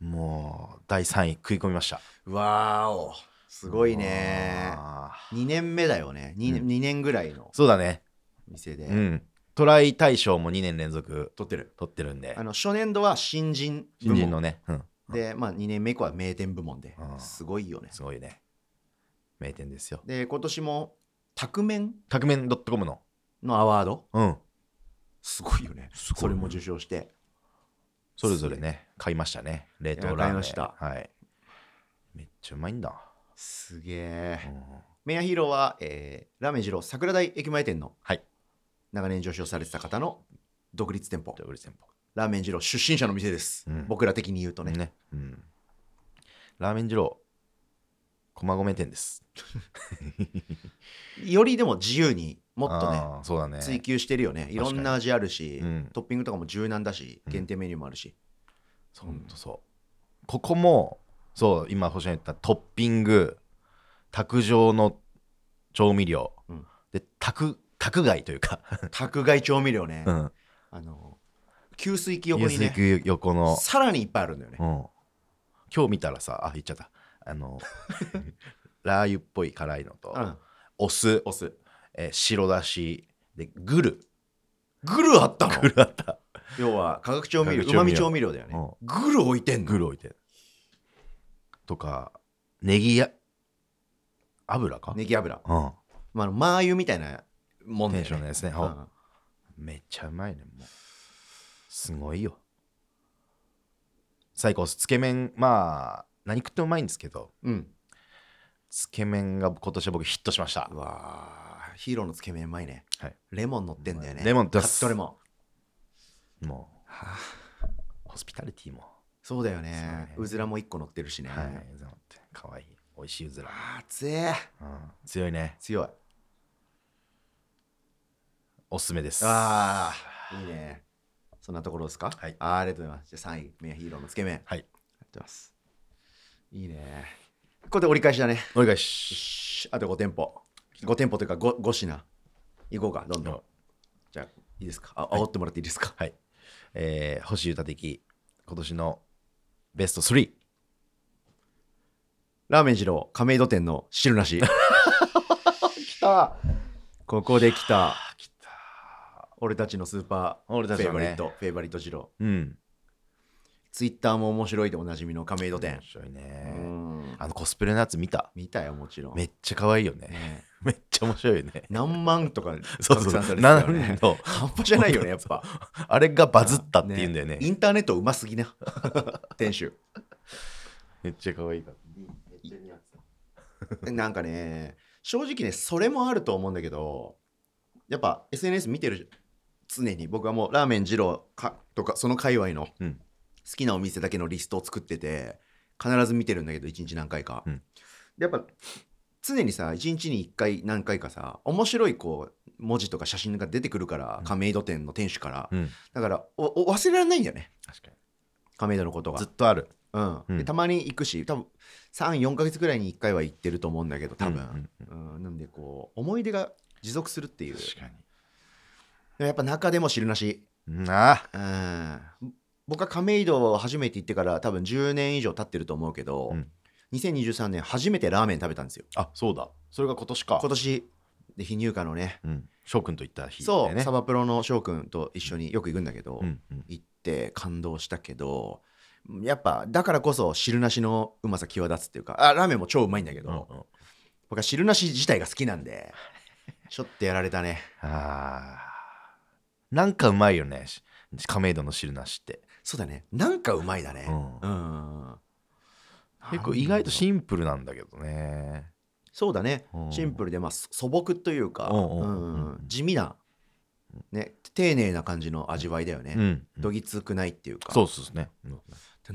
S1: うん
S2: もう第3位食い込みました
S1: うんわーおすごいね
S2: あー
S1: 2年目だよね 2,
S2: うん
S1: 年二年ぐらいの
S2: そうだね
S1: 店で、
S2: うんトライ大賞も2年連続
S1: 撮ってる
S2: 取ってるんで
S1: あの初年度は新人部
S2: 新
S1: 門
S2: 人のね、うん、
S1: で、まあ、2年目以降は名店部門で
S2: うん
S1: すごいよね
S2: すごいね名店ですよ
S1: で今年も卓面
S2: 宅麺 .com の
S1: のアワード
S2: うん
S1: すごいよね
S2: すごい
S1: それも受賞して
S2: それぞれね買いましたね冷凍ラーメン
S1: いや買いました
S2: はいめっちゃうまいんだ、
S1: すげえ、
S2: うん
S1: メアヒーローは、えーラーメン二郎桜台駅前店の
S2: はい
S1: 長年上昇されてた方の独立店舗
S2: ダブル戦法
S1: ラーメン二郎出身者の店です、
S2: うん
S1: 僕ら的に言うとね
S2: ね、うん、ラーメン二郎駒込店です
S1: よりでも自由にもっとね
S2: あーそうだね
S1: 追求してるよねいろんな味あるし、
S2: うん
S1: トッピングとかも柔軟だし
S2: うん
S1: 限定メニューもあるし、
S2: そうほんとそうここもそう今星野言ったトッピング卓上の調味料、
S1: うん
S2: で卓卓外というか、
S1: 宅外調味料ね、
S2: うん、
S1: あの給水器横
S2: 横
S1: にね
S2: 横の、
S1: さらにいっぱいあるんだよね、
S2: うん、今日見たらさあ言っちゃったあ のラー油っぽい辛いのと、
S1: うん、
S2: お酢
S1: お酢
S2: えー白だしでグル
S1: グルあったの
S2: グルあった
S1: 要は化学調味料う
S2: 化学調味料
S1: まみ調味料だよね、
S2: う
S1: グル置いてんの
S2: グル置いてとかネギや油か、
S1: ネギ油、
S2: うん
S1: まあ、あのマー油みたいなもんだ
S2: テ
S1: よ
S2: ンションの
S1: ね
S2: やつね、
S1: う
S2: ほうんめっちゃうまいねもうすごいよ最高っすつけ麺まあ何食ってもうまいんですけど
S1: うん
S2: つけ麺が今年僕ヒットしました
S1: うわーヒーローのつけ麺うまいね、
S2: はい
S1: レモン乗ってんだよね
S2: レモン
S1: カ
S2: 出
S1: ッ
S2: す
S1: トレモン
S2: も
S1: はあ
S2: うホスピタリティも、
S1: そうだよね
S2: そ
S1: う
S2: うね
S1: ずらも1個乗ってるしね、
S2: はい全部ってかわいい美味しいうずら、
S1: あーつえ
S2: うん強いね
S1: 強い
S2: おすすめです
S1: ああいいねそんなところですか
S2: はい
S1: あーありがとうございますじゃあ3位メアヒーローのつけ麺ありがと
S2: はいう
S1: ございますいいねこれで折り返しだね
S2: お願い
S1: よ
S2: し
S1: しあと5店舗5店舗というか 5, 5品行こうかどんどん
S2: うん
S1: じゃあいいですかあ煽ってもらっていいですか、
S2: はいえー、星歌的今年のベスト3
S1: ラーメン二郎亀戸店の汁なし
S2: きた
S1: ここで来た
S2: きた
S1: 俺たちのスーパー
S2: 俺たちのね
S1: フェイバリットフェイバリット二郎
S2: うん
S1: ツイッターも面白いでおなじみの亀戸店
S2: 面白いうね、
S1: ん
S2: あのコスプレのやつ見た
S1: 見たよもちろん
S2: めっちゃ可愛いよね。
S1: ね
S2: めっちゃ面白いよね。
S1: 何万とか
S2: そうそう
S1: 拡散されてた
S2: な
S1: よね
S2: んと
S1: 半端じゃないよねやっ ぱ
S2: あれがバズったって言うんだよね。
S1: インターネットうますぎな店主
S2: めっちゃ可愛いから。
S1: なんかね正直ねそれもあると思うんだけどやっぱ SNS 見てる常に僕はもうラーメン二郎かとかその界隈の好
S2: うん
S1: きなお店だけのリストを作ってて必ず見てるんだけど1日何回か、
S2: うん
S1: でやっぱ常にさ1日に1回何回かさ面白いこう文字とか写真が出てくるから、
S2: うん
S1: 亀戸店の店主から、
S2: うん。
S1: だからおお忘れられないんだよね
S2: 確か
S1: 亀戸のことが
S2: ずっとある。
S1: う、
S2: うんん
S1: でたまに行くし多分34か月ぐらいに1回は行ってると思うんだけど多分、
S2: うん
S1: うんなんでこう思い出が持続するっていう
S2: 確か
S1: でもやっぱ中でも汁なし、
S2: に。なあ。
S1: うん、僕は亀戸を初めて行ってから多分10年以上経ってると思うけど、
S2: うん
S1: 2023年初めてラーメン食べたんですよ
S2: あそうだ。それが今年か
S1: 今。年で非入荷のね
S2: うん。翔くんと行った日だ
S1: そ
S2: よ
S1: う
S2: ね。
S1: サバプロの翔くんと一緒によく行くんだけど、
S2: うんうん。
S1: 行って感動したけどやっぱだからこそ汁なしのうまさ際立つっていうかあラーメンも超うまいんだけど、
S2: うんうん
S1: 僕は汁なし自体が好きなん で、ちょっとやられたね。
S2: ああ。なんかうまいよね。し亀戸の汁なしって。
S1: そうだね。なんかうまいだね。
S2: う
S1: うん。
S2: 結構意外と
S1: ン
S2: シンプルなんだけどね。
S1: そうだね。
S2: うん
S1: シンプルで、まあ、そ素朴というか、
S2: うんうんうん
S1: うん地味な、ね、丁寧な感じの味わいだよね。
S2: うん。
S1: どぎつくないっていうか、
S2: そうそうですね。うん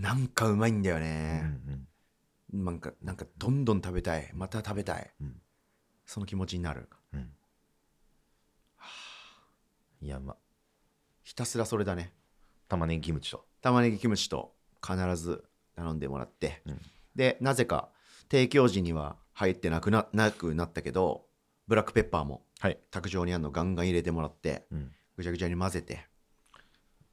S1: なんかうまいんだよ
S2: う
S1: ね、
S2: ん
S1: なんか、なんかどんどん食べたい。また食べたい。
S2: うん
S1: その気持ちになる。
S2: うん。いやまあ
S1: ひたすらそれだね。
S2: 玉ねぎキムチと。
S1: 玉ねぎキムチと必ず頼んでもらって、
S2: うん
S1: でなぜか提供時には入ってなくななくなったけどブラックペッパーも
S2: はい。
S1: 卓上にあるのガンガン入れてもらって
S2: うん。
S1: ぐちゃぐちゃに混ぜて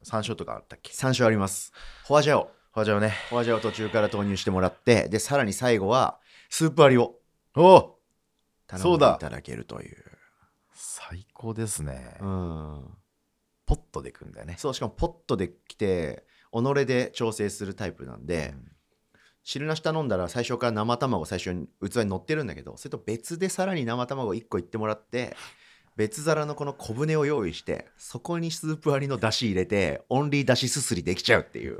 S2: 山椒とかあったっけ
S1: 山椒ありますホアジャオ
S2: ファジャオね。
S1: ホアジャオ途中から投入してもらってでさらに最後はスープ割りを
S2: おお
S1: 頼
S2: そ
S1: ん
S2: う
S1: で
S2: だ
S1: いただけるという
S2: 最高ですね。
S1: うん
S2: ポットでくんだよね。
S1: そうしかもポットで来て己で調整するタイプなんで、汁なし頼んだら最初から生卵最初に器に乗ってるんだけどそれと別でさらに生卵1個いってもらって別皿のこの小舟を用意してそこにスープ割りの出汁入れてオンリー出汁すすりできちゃうっていう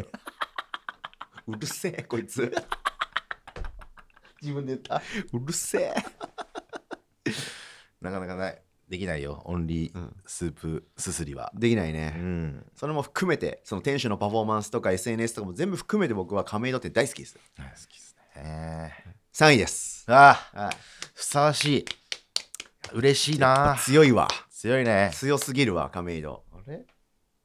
S1: うるせえこいつ
S2: 自分で言った。
S1: うるせえ、
S2: なかなかない。できないよ。オンリ
S1: う
S2: ー
S1: ん
S2: スープすすりは。
S1: できないうね
S2: ん。
S1: それも含めてその店主のパフォーマンスとか SNS とかも全部含めて僕は亀戸って大好きです
S2: 大好きですね。へえ
S1: 3位です。
S2: ああ
S1: は、
S2: ふさわしい嬉しいない
S1: 強いわ。
S2: 強いね
S1: 強すぎるわ、亀戸。
S2: あれ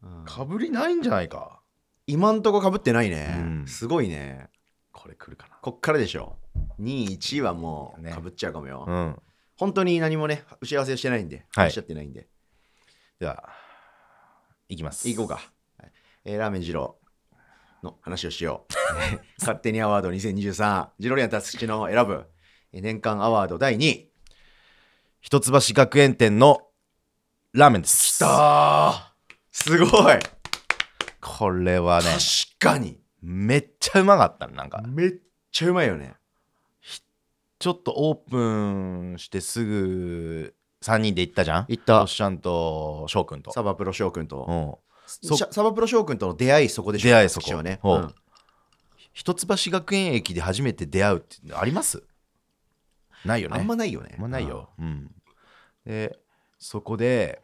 S1: うん
S2: かぶりないんじゃないか
S1: 今んとこかぶってないね、
S2: うん
S1: すごいね。
S2: これ来るか
S1: こっからでしょ。2位、1位はもう
S2: ね
S1: かぶっちゃうかもよ。
S2: なうん
S1: 本当に何もね、打ち合わせをしてないんで、
S2: はい
S1: 話し合ってないんで。
S2: じゃあいきます
S1: 行こうか。はいえーラーメン二郎の話をしよう。 勝手にアワード2023、ジロリアンたつきの選ぶえー年間アワード第2位。
S2: 一橋学園店のラーメンです
S1: たすごい
S2: これはね
S1: 確かに
S2: めっちゃうまかったなんか
S1: めっちゃうまいよね。
S2: ちょっとオープンしてすぐ3人で行ったじゃん
S1: 行っ
S2: おったしゃんと翔くんと
S1: サバプロ翔くんと
S2: う。んそ
S1: しゃサバプロ翔くんとの出会いそこでしょ
S2: 出会いそこ
S1: 私はね。
S2: ほう
S1: うん
S2: 一橋学園駅で初めて出会うってありますないよね
S1: あんまないよね。
S2: あんまないよ、うん、でそこで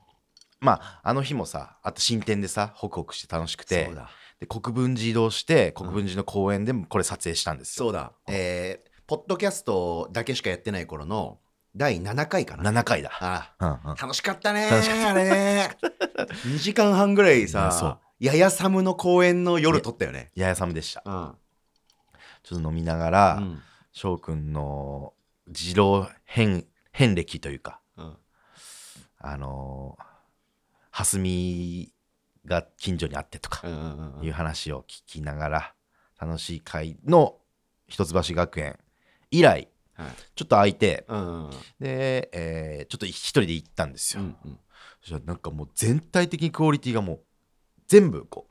S2: まああの日もさあと新店でさホクホクして楽しく
S1: うん。
S2: て
S1: そうだ。
S2: で国分寺移動して国分寺の公園でもこれ撮影したんですよ、
S1: そうだ。えーポッドキャストだけしかやってない頃の第7回かな。
S2: 7回だ、
S1: あ
S2: うんうん
S1: 楽しかったね
S2: 楽しかった
S1: あれね 2時間半ぐらい
S2: いやそう
S1: さややさむの公園の夜撮ったよね
S2: 八重さんでした
S1: うん、
S2: ちょっと飲みながら、
S1: うん
S2: 翔くんの自動変変歴というか
S1: うん
S2: あのー、蓮見が近所にあってと
S1: う
S2: か
S1: んうんう
S2: いうん話を聞きながら楽しい会の一橋学園以来
S1: はい
S2: ちょっと空いて
S1: うんうん
S2: で、えーちょっと一人で行ったんです
S1: う
S2: よ、
S1: んうん
S2: そしたらなんかもう全体的にクオリティがもう全部こ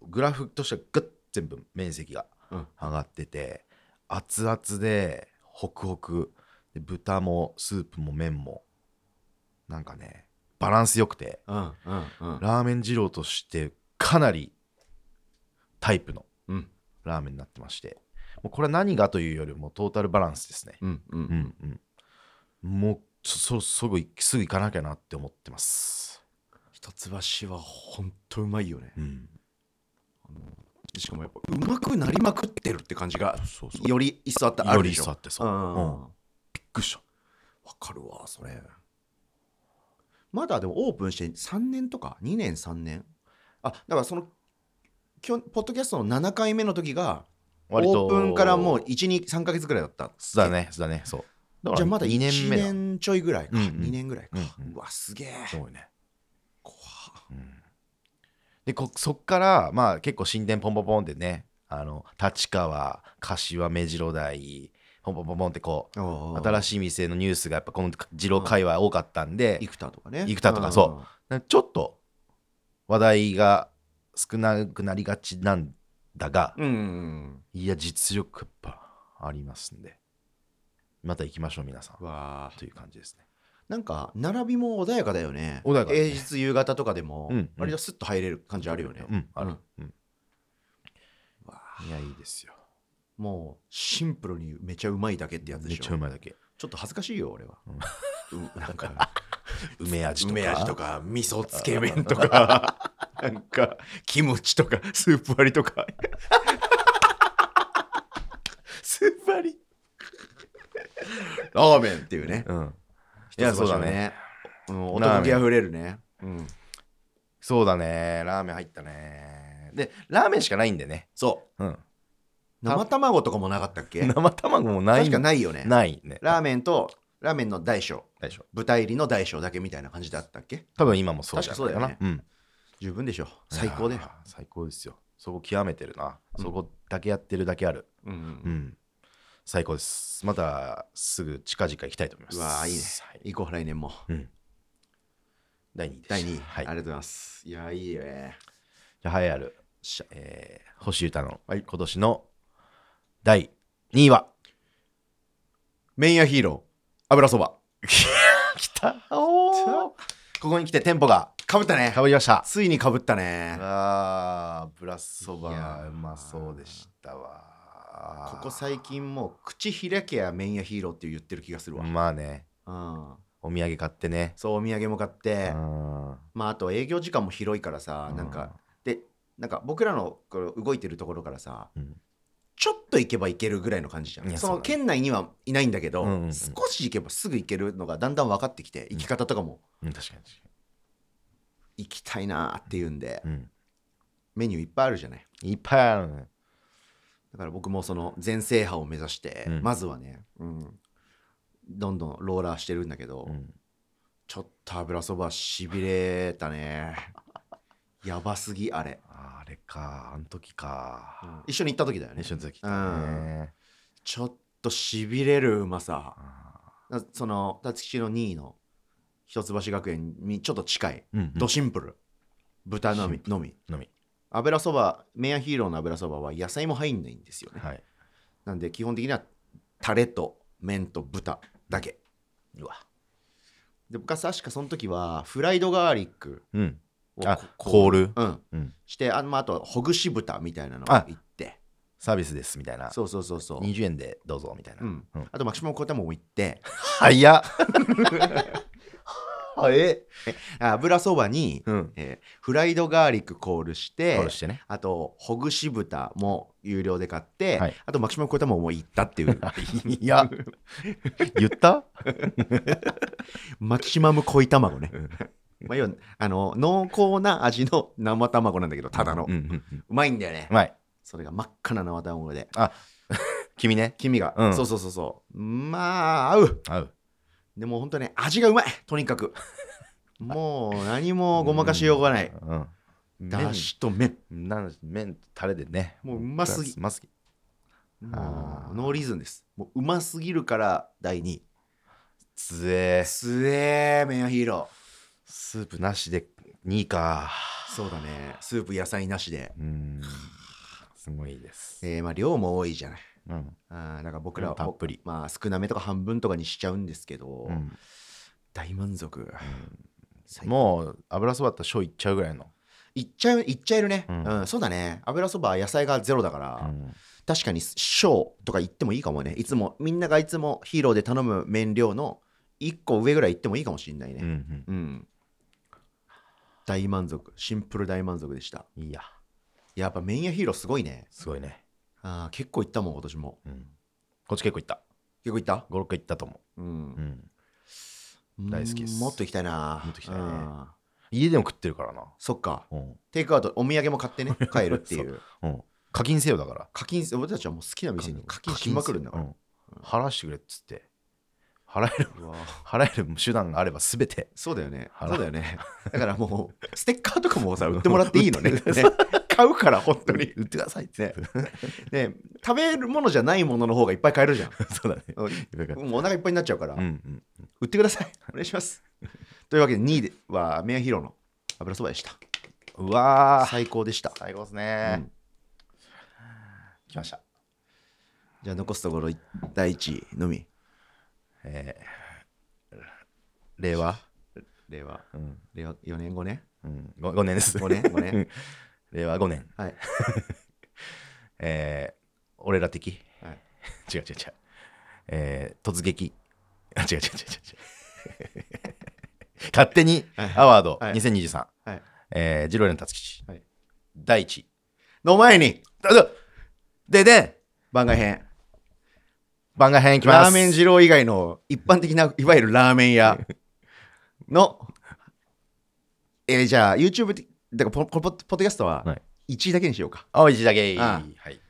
S2: うグラフとしてはグッ全部面積が
S1: うん
S2: 上がってて熱々でホクホクで豚もスープも麺もなんかねバランス良くて
S1: うんうんうん
S2: ラーメン二郎としてかなりタイプの
S1: うん
S2: ラーメンになってましてもうこれは何がというよりもトータルバランスですね
S1: うんう
S2: うんんうんもうそそろそろすぐ行かなきゃなって思ってます
S1: 一橋はほんとうまいよね
S2: うん
S1: しかもやっぱうまくなりまくってるって感じが
S2: そうそう
S1: より一層あったある
S2: より
S1: で
S2: 一
S1: しょ
S2: 層あってそう
S1: うんうんうん
S2: うんびっくりした
S1: わかるわそれまだでもオープンして3年とか2年3年あだからそのきょポッドキャストの7回目の時がオ
S2: 割と
S1: ープンからもう123か月ぐらいだった
S2: そうだねそうだねそう
S1: じゃあまだ
S2: 2
S1: 1年
S2: 年目だ
S1: ちょいぐらいか、
S2: うん
S1: 二
S2: うん
S1: 2年ぐらいか、
S2: う
S1: うん
S2: うん
S1: わすげえ
S2: すごいね
S1: 怖
S2: うんでこそっからまあ結構新店ポンポンポンってねあの立川柏目白台ポンポンポンポンってこう新
S1: し
S2: しい店のニュースがやっぱこの二郎界隈多かったんで
S1: 生田とかね
S2: 生田とか
S1: そ
S2: なんかちょっと話題が少なくなりがちなんだが
S1: うん、うんうん
S2: いや実力やっぱありますんでまた行きましょう皆さん
S1: うん、わあ
S2: という感じですね
S1: なんか並びも穏やかだよね
S2: 穏やかだね
S1: 平日夕方とかでも、
S2: うんうん
S1: 割とスッと入れる感じあるよね、
S2: うんある
S1: うん
S2: うん
S1: わあ
S2: いやいいですよ
S1: もうシンプルにめちゃうまいだけってやつ
S2: め
S1: で
S2: っ
S1: しょ
S2: ちゃうまいだけ
S1: ちょっと恥ずかしいよ俺は、 うなんか
S2: 梅味とか
S1: 梅味とか味噌つけ麺 とかなんかキムチとかスープ割りと かスープ割りラーメンっていうね
S2: うん
S1: いやそうだねうん、男気あふれるねうん
S2: そうだね。ラーメン入ったね。で、ラーメンしかないんでね。
S1: そう
S2: うん。
S1: 生卵とかもなかったっけ
S2: 生卵もない
S1: 確かないよね
S2: ないね。
S1: ラーメンとラーメンの大小
S2: 大丈夫。
S1: 豚入りの大小だけみたいな感じだったっけ
S2: 多分今もそうじゃん
S1: 確かそうだよね
S2: うん。
S1: 十分でしょ最高だ
S2: い
S1: よ
S2: やー。最高ですよ。そこ極めてるな。そこだけやってるだけある。
S1: うん
S2: うん。最高です。またすぐ近々行きたいと思います。
S1: うわーいいね
S2: はい
S1: 行こう来年も
S2: うん。第2位です。
S1: 第2位、
S2: は
S1: あり
S2: い。じ
S1: がとうございますいやいいね
S2: ゃあ、栄えある、
S1: しゃ
S2: えー、星歌の、
S1: はい
S2: 今年の第2位は、
S1: 麺屋ヒーロー油そ ば
S2: きたここに来てテンポが
S1: かぶったね
S2: 変わりました。
S1: ついにかぶったね
S2: あーブラそ
S1: いや
S2: ば
S1: ー
S2: うまそうでしたわ
S1: ここ最近もう口開けや麺屋ヒーローって言ってる気がするわ、
S2: まあね
S1: うん、
S2: お土産買ってね
S1: そうお土産も買って、
S2: うん
S1: まああと営業時間も広いからさ、なんかでなんか僕らのこの動いてるところからさ
S2: うん
S1: ちょっと行けば行けるぐらいの感じじゃ
S2: い
S1: ん
S2: や
S1: そ
S2: そう
S1: の
S2: だね
S1: 県内にはいないんだけど、
S2: うんうんうん
S1: 少し行けばすぐ行けるのがだんだん分かってきて行き方とかも
S2: うん、確かに確か
S1: 行きたいなーっていうんで、
S2: に、うん、
S1: メニューいっぱいあるじゃない
S2: いっぱいあるね
S1: だから僕もその全制覇を目指して、
S2: うん
S1: まずはね、うん、どんどんローラーしてるんだけど、
S2: うん
S1: ちょっと油そばしびれたね やばすぎあれ、
S2: ああれかあの時か、
S1: 一緒に行った時だよね
S2: 一緒の時
S1: う
S2: だ
S1: ん
S2: ね、
S1: ちょっとしびれるうまさ
S2: あ
S1: だその辰吉の2位の一橋学園にちょっと近い
S2: ーうんうん
S1: ドシンプル、豚のみのみ
S2: のみ
S1: 油そばメアヒーローの油そばは野菜も入んないんですよね、
S2: はい
S1: なんで基本的にはタレと麺と豚だけ
S2: うわ
S1: で僕は確かその時はフライドガーリック
S2: うん
S1: を
S2: あ
S1: こ
S2: コール、
S1: うん
S2: うん、
S1: してあ,、まあ、あとはほぐし豚みたいなのがいって
S2: サービスですみたいな
S1: そうそうそうそう
S2: 20円でどうぞみたいな、
S1: うん
S2: うん、
S1: あとマキシマムコータも行って
S2: 早っ 早っ
S1: あ油そばに、
S2: うん
S1: えーフライドガーリックコールして
S2: コールしてね
S1: あとほぐし豚も有料で買って、
S2: はい
S1: あとマキシマムコータももう行ったっていう
S2: いや言った
S1: マキシマム恋卵ね
S2: うん
S1: まあ要はあの濃厚な味の生卵なんだけどただの、
S2: うんうんうん
S1: うまいんだよね、
S2: うまい
S1: それが真っ赤な生卵で
S2: 君ね
S1: 黄身が、
S2: うん
S1: そうそうそうそうまあ合う
S2: 合う
S1: でも本当ね味がうまいとにか くもう何もごまかしようがない、
S2: うん
S1: だしと麺
S2: 麺なの麺とタレでね
S1: もううますぎ
S2: うますぎ
S1: もうノーリズンですもううますぎるから第2位
S2: つえ
S1: すえーメアヒーロ
S2: スープなしで2位か
S1: ーそうだねスープ野菜なしで、
S2: うんすごいです
S1: えーまあ量も多いじゃない
S2: うん
S1: あーだから僕らは
S2: うんたっぷり
S1: まあ少なめとか半分とかにしちゃうんですけど、
S2: うん
S1: 大満足最高
S2: もう油そばだったら醤油いっちゃうぐらいの
S1: いっちゃういっちゃえるね、う
S2: うんん
S1: そうだね油そば野菜がゼロだから、
S2: うん
S1: 確かに小とか言ってもいいかもねいつもみんながいつもヒーローで頼む麺量の1個上ぐらい言ってもいいかもしれないうね
S2: ん
S1: うん、大満足シンプル大満足でした
S2: うんいいや
S1: やっぱ麺屋ヒーローすごいね
S2: すごいね
S1: あー結構行ったもん今年も
S2: うんこっち結構いった
S1: 結構行った
S2: 56回いったと思
S1: う、
S2: ううんん大好きです
S1: もっと行きたいな
S2: もっと行きたいね
S1: うん
S2: 家でも食ってるからな
S1: そっか
S2: うん
S1: テイクアウトお土産も買 ってね帰るっていう
S2: うん課金せよだから
S1: 課金す俺たちはもう好きな店に課金しまくるんだから、
S2: うん払わしてくれっつって払える
S1: うわ
S2: 払える手段があれば全て
S1: そうだよね。そ
S2: 腹
S1: うだよね。だからもう、ステッカーとかもさ、売ってもらっていいのね。
S2: 売
S1: ね
S2: って
S1: 買うから、本当に。
S2: 売ってくださいっつって
S1: ね、食べるものじゃないものの方がいっぱい買え るじゃん。
S2: そうだね
S1: うんもうお腹いっぱいになっちゃうから、
S2: うんうん
S1: 売ってください。 お願いします。というわけで、2位では、メアヒーローの油そばでした。
S2: うわー
S1: 最高でした。
S2: 最高です
S1: う
S2: ね
S1: ん
S2: 来ました
S1: じゃあ、残すところ、第1位のみ。
S2: えー令和
S1: 令和、
S2: うん
S1: 令和4年後ね。
S2: うんご5年です
S1: 5年、5
S2: う
S1: 年
S2: ん。 令和5年
S1: はい。
S2: えー俺ら的
S1: はい、
S2: 違う違う違うえー突撃 あ違う違う違う違う勝手にアワード
S1: はい
S2: 2023、
S1: はい
S2: えージローレン達吉、
S1: はい
S2: 第一位
S1: の前に、
S2: あだでで
S1: 番外編。
S2: 番外編いきます
S1: ラーメン二郎以外の一般的ないわゆるラーメン 屋の、えーじゃあ YouTube でだからポポポポッドキャストは
S2: はい
S1: 1位だけにしようか、
S2: おいじだけ
S1: ああ
S2: はい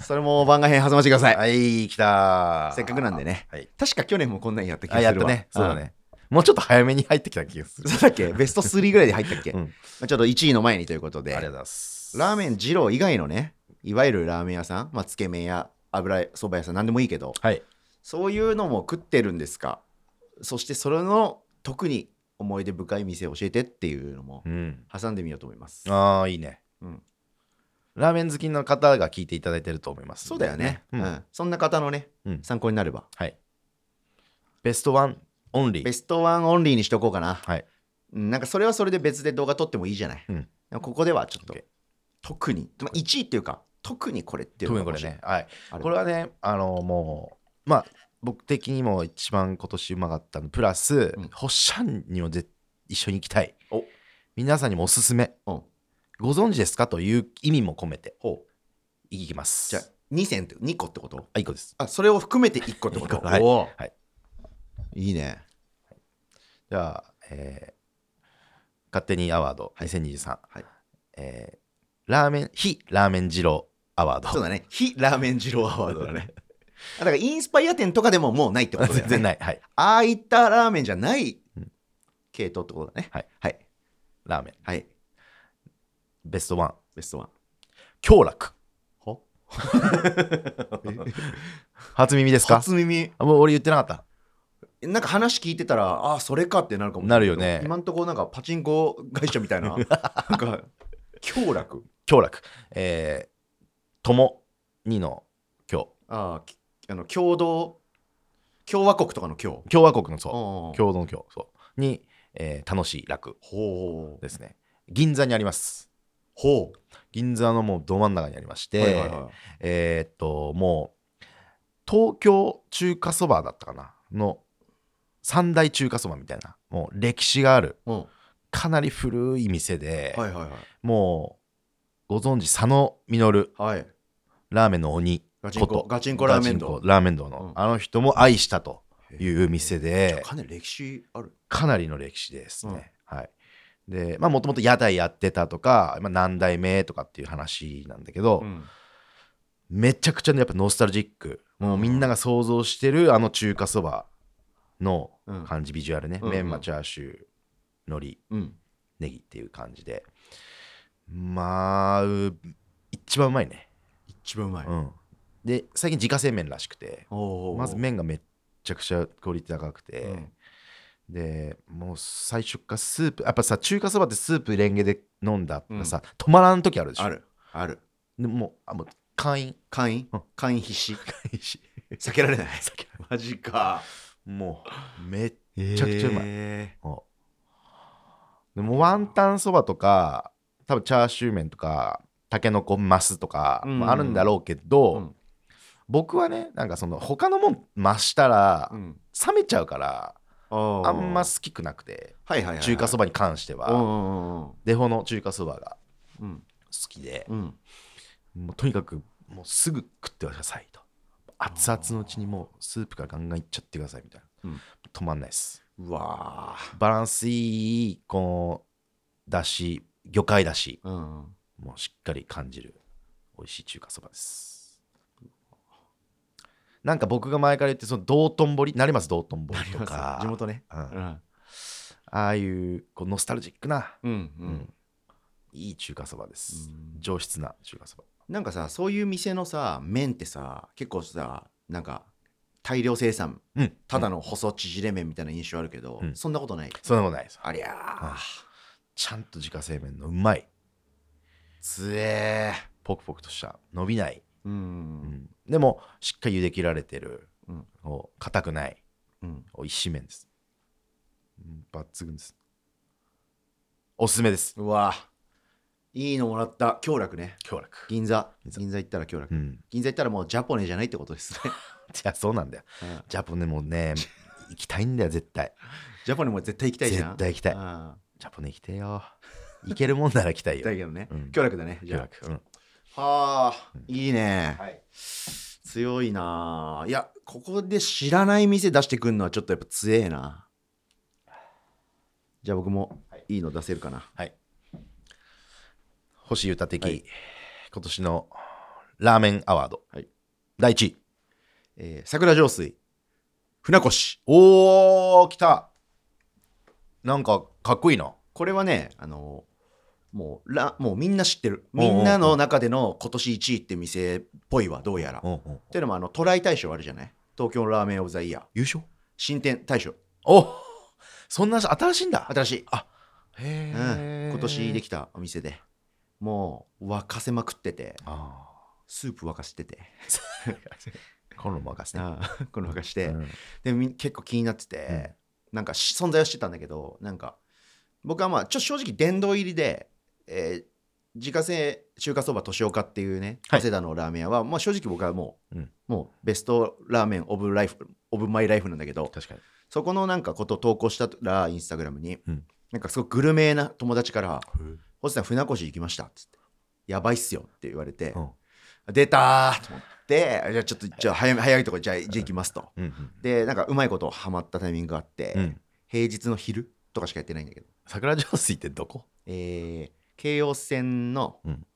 S1: それも番外編挟ましてください、
S2: はい来た
S1: せっかくなんでね
S2: はい
S1: 確か去年もこんなんやった気が
S2: あ
S1: するわ
S2: やったねそうだねもうちょっと早めに入ってきた気がす
S1: うん
S2: る
S1: そうだっけベスト3ぐらいで入ったっけ、
S2: うん
S1: まあちょっと1位の前にということで
S2: ありがとうございます
S1: ラーメ
S2: ン
S1: ン二郎以外のねいわゆるラーメン屋さん、まあ、つけ麺や油そば屋さん何でもいいけど
S2: はい
S1: そういうのも食ってるんですかそしてそれの特に思い出深い店教えてっていうのも
S2: うん
S1: 挟んでみようと思います。
S2: ああいいね
S1: うん
S2: ラーメン好きの方が聞いていただいてると思います
S1: そうだよね、う
S2: うんん
S1: そんな方のね、
S2: うん
S1: 参考になれば。
S2: はいベストワンオンリ
S1: ベ
S2: ー
S1: ストワンオンリーにしとこうかな。
S2: はい
S1: うんなんかそれはそれで別で動画撮ってもいいじゃない。
S2: うん
S1: でもここではちょっと
S2: OK
S1: 特に、まあ、1位っていうか、特にこれっていう
S2: 特
S1: の
S2: に
S1: が欲
S2: これ
S1: しい
S2: ねはい
S1: あれ
S2: これはねあのもうまあ僕的にも一番今年うまかったのプラス、
S1: うん
S2: ホッシャンにもぜ一緒に行きたい
S1: お
S2: 皆さんにもおすすめ
S1: うん
S2: ご存知ですかという意味も込めて
S1: ほう
S2: いきます
S1: じゃあ、 2選って2個ってこと
S2: あ、1個です。
S1: あそれを含めて1個ってこと
S2: 一個はい
S1: おー
S2: はい
S1: いいね
S2: じゃあ、えー勝手にアワード2023、
S1: はい
S2: えーラーメン、非ラーメン二郎アワ ー
S1: そう
S2: ド。
S1: だね非ラーメン二郎アワードだね あだからインスパイア店とかでももうないってことだよ ね
S2: 全然ない。はい。
S1: ああいったラーメンじゃない
S2: うん
S1: 系統ってことだね
S2: はい
S1: はい、
S2: ラーメン。
S1: はい、
S2: ベストワン。
S1: ベストワン
S2: 京楽。
S1: ほ
S2: 初耳ですか
S1: 初耳
S2: あもう俺言ってなかった。
S1: なんか話聞いてたらああそれかってなるかもしれ
S2: なるよね
S1: 今んとこなんかパチンコ会社み たいななんか強楽
S2: 京楽。えー、友二の京。
S1: ああきあの共同共和国とかの共
S2: 共和国のそう。
S1: 共
S2: 共同の京。そう。に、えー楽しい楽
S1: ほう
S2: ですね。銀座にあります。
S1: ほう
S2: 銀座のもうど真ん中にありまして、
S1: はいはいはい
S2: えーっと、もう、東京中華そばだったかなの三大中華そばみたいな、もう歴史がある、
S1: うんは
S2: かなり古い店で、
S1: いはい
S2: もう、ご存知、佐野実、
S1: はいはい
S2: ラーメンの鬼
S1: ガチン
S2: こ
S1: コ
S2: と
S1: ガチンコラーメン
S2: ガチ
S1: ド
S2: ンコラーメン道の、
S1: うん
S2: あの人も愛したという店で、
S1: かなり歴史ある
S2: かなりの歴史ですね。はい。で、まあ、もともと屋台やってたとか、まあ、何代目とかっていう話なんだけど、
S1: うん
S2: めちゃくちゃねやっぱノスタルジックもうみんなが想像してるあの中華そばの
S1: うん
S2: 感じビジュアルね、
S1: うんうん
S2: メンマチャーシュー海苔
S1: うん
S2: ネギっていう感じでまあう一番うまいね、
S1: 一番うまい
S2: うん、で最近自家製麺らしくて
S1: おー
S2: まず麺がめっちゃくちゃクオリティ高く
S1: う
S2: て
S1: ん、
S2: でもう最初からスープやっぱさ中華そばってスープレンゲで飲んだらさ、止まらん時あるでしょ
S1: あるある
S2: でもうあもう会員
S1: 会員
S2: うん
S1: 会員必至避けられない避けられないマジか
S2: もうめっ
S1: め
S2: ちゃくちゃうまい
S1: い
S2: おでもワンタンそばとか多分チャーシュー麺とかたけのこマスとか
S1: うん
S2: まああるんだろうけど、
S1: うん
S2: 僕はねなんかその他のもん増したら
S1: うん
S2: 冷めちゃうからあんま好きくなくて
S1: はいはいはい
S2: 中華そ
S1: ば
S2: ばに関して
S1: うん
S2: はデフォの中華そばが
S1: うんうん
S2: 好きで
S1: う、ん
S2: もうとにかくもうすぐ食ってくださいと熱々のうちにもうスープからガンガンいっちゃってくださいみたいな、
S1: うん
S2: 止まんないです
S1: うんうわ
S2: バランスいいこのだし魚介だし
S1: ーうん
S2: もうしっかり感じる美味しい中華そばですなんか僕が前から言ってその道頓堀なります道頓堀とか
S1: 地元ね
S2: うん
S1: う
S2: あ
S1: ん
S2: あいうこうノスタルジックな、
S1: うん
S2: う
S1: うんん
S2: いい中華そばです、
S1: うん
S2: 上質な中華そば
S1: なんかさそういう店のさ麺ってさ結構さなんか大量生産
S2: うん
S1: ただの細縮れ麺みたいな印象あるけど、
S2: うん
S1: そんなことない
S2: そんなことないです
S1: ありゃ
S2: ちゃんと自家製麺のうまい
S1: つえ
S2: ポクポクとした伸びない、
S1: う
S2: うんんでもしっかり茹で切られてる、
S1: うん
S2: こう硬くない
S1: うん
S2: 美味しい麺です。うん抜群です。おすすめです。
S1: うわいいのもらった京楽ね
S2: 京楽。
S1: 銀座
S2: 銀座
S1: 銀座行ったら京楽、
S2: うん。
S1: 銀座行ったらもうジャポネじゃないってことです ね、
S2: いや、そうなんだよ。
S1: うん
S2: ジャポネもね、行きたいんだよ、絶対。
S1: ジャポネも絶対行きたいじゃん
S2: 絶対行きたい
S1: うん
S2: ジャポネ行きてえよ。行けるもんなら 行きたい
S1: 行きた
S2: よ。
S1: いけどね、
S2: うん
S1: 京楽だねじ
S2: 京
S1: ゃ
S2: 楽。うん。
S1: あはあいいね、
S2: はい。
S1: 強いなあいやここで知らない店出してくんのはちょっとやっぱ強えなじゃあ僕もいいの出せるかな、
S2: はい。星歌的、
S1: はい
S2: 今年のラーメンアワード。
S1: はい
S2: 第1位。
S1: えー桜上水船越
S2: おー、来た。なんか、かっこいいな。
S1: これはねあのもうらもうみんな知ってる
S2: おうおう
S1: みんなの中での今年1位って店っぽいわどうやらっ
S2: んうん。
S1: ていうのもあのトライ大賞あるじゃない東京ラーメンオブザイヤー
S2: 優勝
S1: 新店大賞
S2: おそんな新しいんだ。
S1: 新しい、う
S2: へえ
S1: ん、今年できたお店でもう沸かせまくってて
S2: あ
S1: スープ沸かしてて
S2: あコンロ任せね、
S1: ああこの沸かして、
S2: うん
S1: でみ結構気になってて、なんかし存在はしてたんだけどなんか僕はまあちょ正直殿堂入りで、えー自家製中華そば年岡っていうね
S2: はい
S1: 早稲田のラーメン屋は、まあ、正直僕はもう、
S2: うん
S1: もうベストラーメンオブライフオブマイライフなんだけど
S2: 確かに
S1: そこのなんかことを投稿したらインスタグラムに、
S2: うん
S1: なんかすごくグルメな友達から「星さん船越行きました」っつって「やばいっすよ」って言われて「
S2: うん
S1: 出た!」と思ってって、じゃあちょっと、じゃあ早め早いとこ、じゃあ、じゃあ行きますと。
S2: うん
S1: で、なんかうまいことハマったタイミングがあって、
S2: うんうん
S1: 平日の昼とかしかやってないんだけど、
S2: 桜上水ってどこ
S1: えー京王線の、
S2: うん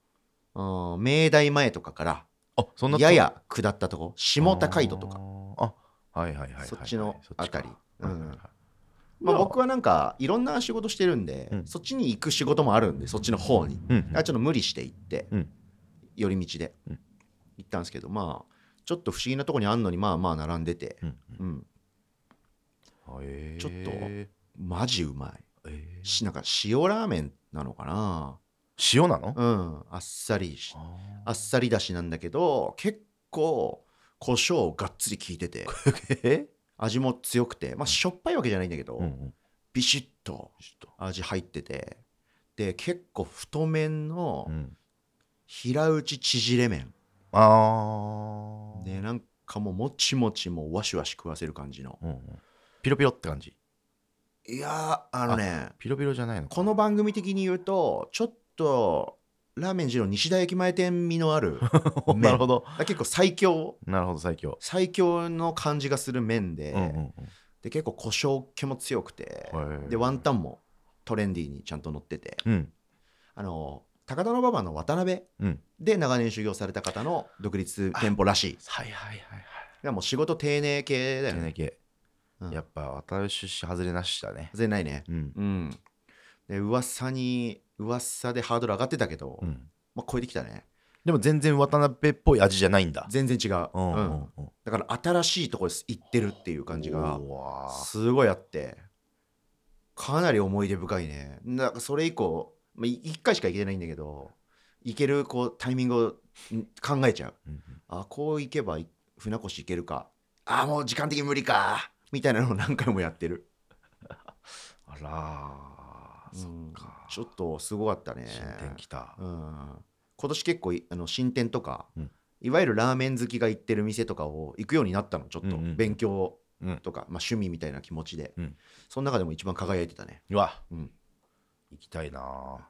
S1: うん明大前とかから、
S2: あそんな
S1: やや下ったとこ、下高井戸とか。
S2: ああはいはいはいはいはい
S1: そっちのあたり
S2: そっちか
S1: うん
S2: はいはいはい
S1: まあ、
S2: まあ
S1: 僕はなんかいろんな仕事してるんで、
S2: うん
S1: そっちに行く仕事もあるんでそっちの方に、
S2: うんうん
S1: あちょっと無理して行って、
S2: うん
S1: 寄り道で
S2: うん
S1: 行ったんですけどまあちょっと不思議なとこにあんのにまあまあ並んでて、
S2: うん
S1: うん、
S2: えー
S1: ちょっと
S2: え
S1: マジうまい
S2: ー
S1: しなんか塩ラーメンなのかな
S2: 塩なの
S1: うんあっさりし
S2: あ
S1: あっさりだしなんだけど結構胡椒がっつり効いて て
S2: ーえ
S1: 味も強くてまあしょっぱいわけじゃないんだけど、
S2: うんうん
S1: ビシッと
S2: ちょっ
S1: 味入っててで結構太麺の
S2: とうん
S1: 平打ち縮れ麺、
S2: ああ
S1: ねなんかもうもちもちもうわしわし食わせる感じの
S2: うんうんピロピロって感じ
S1: いやーあのね
S2: ピロピロじ ゃないの
S1: この番組的に言うとちょっとラーメン二郎西田駅前店味のあ るだか麺
S2: なるほど
S1: ら結構最強
S2: なるほど最強
S1: 最強の感じがする麺で,、
S2: うんうんうん
S1: で結構胡椒気も強くて、
S2: へえ
S1: でワンタンもトレンディーにちゃんと乗ってて、
S2: うん
S1: あの高田馬場の渡辺
S2: うん
S1: で長年修行された方の独立店舗らしい。
S2: はいはいはいはい
S1: でもう仕事丁寧系だよ
S2: だ
S1: ね。
S2: け
S1: うん
S2: やっぱ私外れなしだね
S1: 全然ないね。
S2: うん
S1: うん。で、噂に、噂でハードル上がってたけど、
S2: うん
S1: まあ超えてきたね。
S2: でも全然渡辺っぽい味じゃないんだ
S1: 全然違う。
S2: う
S1: うんん。
S2: うんうん
S1: だから新しいとこです行ってるっていう感じが、
S2: うわー
S1: すごいあって、かなり思い出深いね。なんかそれ以降、まあ、い一回しか行けてないんだけど、行けるこうタイミングをん考えちゃう。
S2: うん
S1: あこう行けばい船越行けるかあもう時間的に無理かみたいなのを 何回もやってる、
S2: あらー、そっか。
S1: ちょっとすごかったね
S2: 新店来た。
S1: うん、今年結構いあの新店とか、
S2: うん
S1: いわゆるラーメン好きが行ってる店とかを行くようになったのちょっ
S2: うん
S1: と
S2: うんうん
S1: 勉強
S2: うん。
S1: とか、まあ、趣味みたいな気持ちで、
S2: うん
S1: その中でも一番輝いてたね、
S2: うわ、
S1: うん、
S2: 行きたいな
S1: 行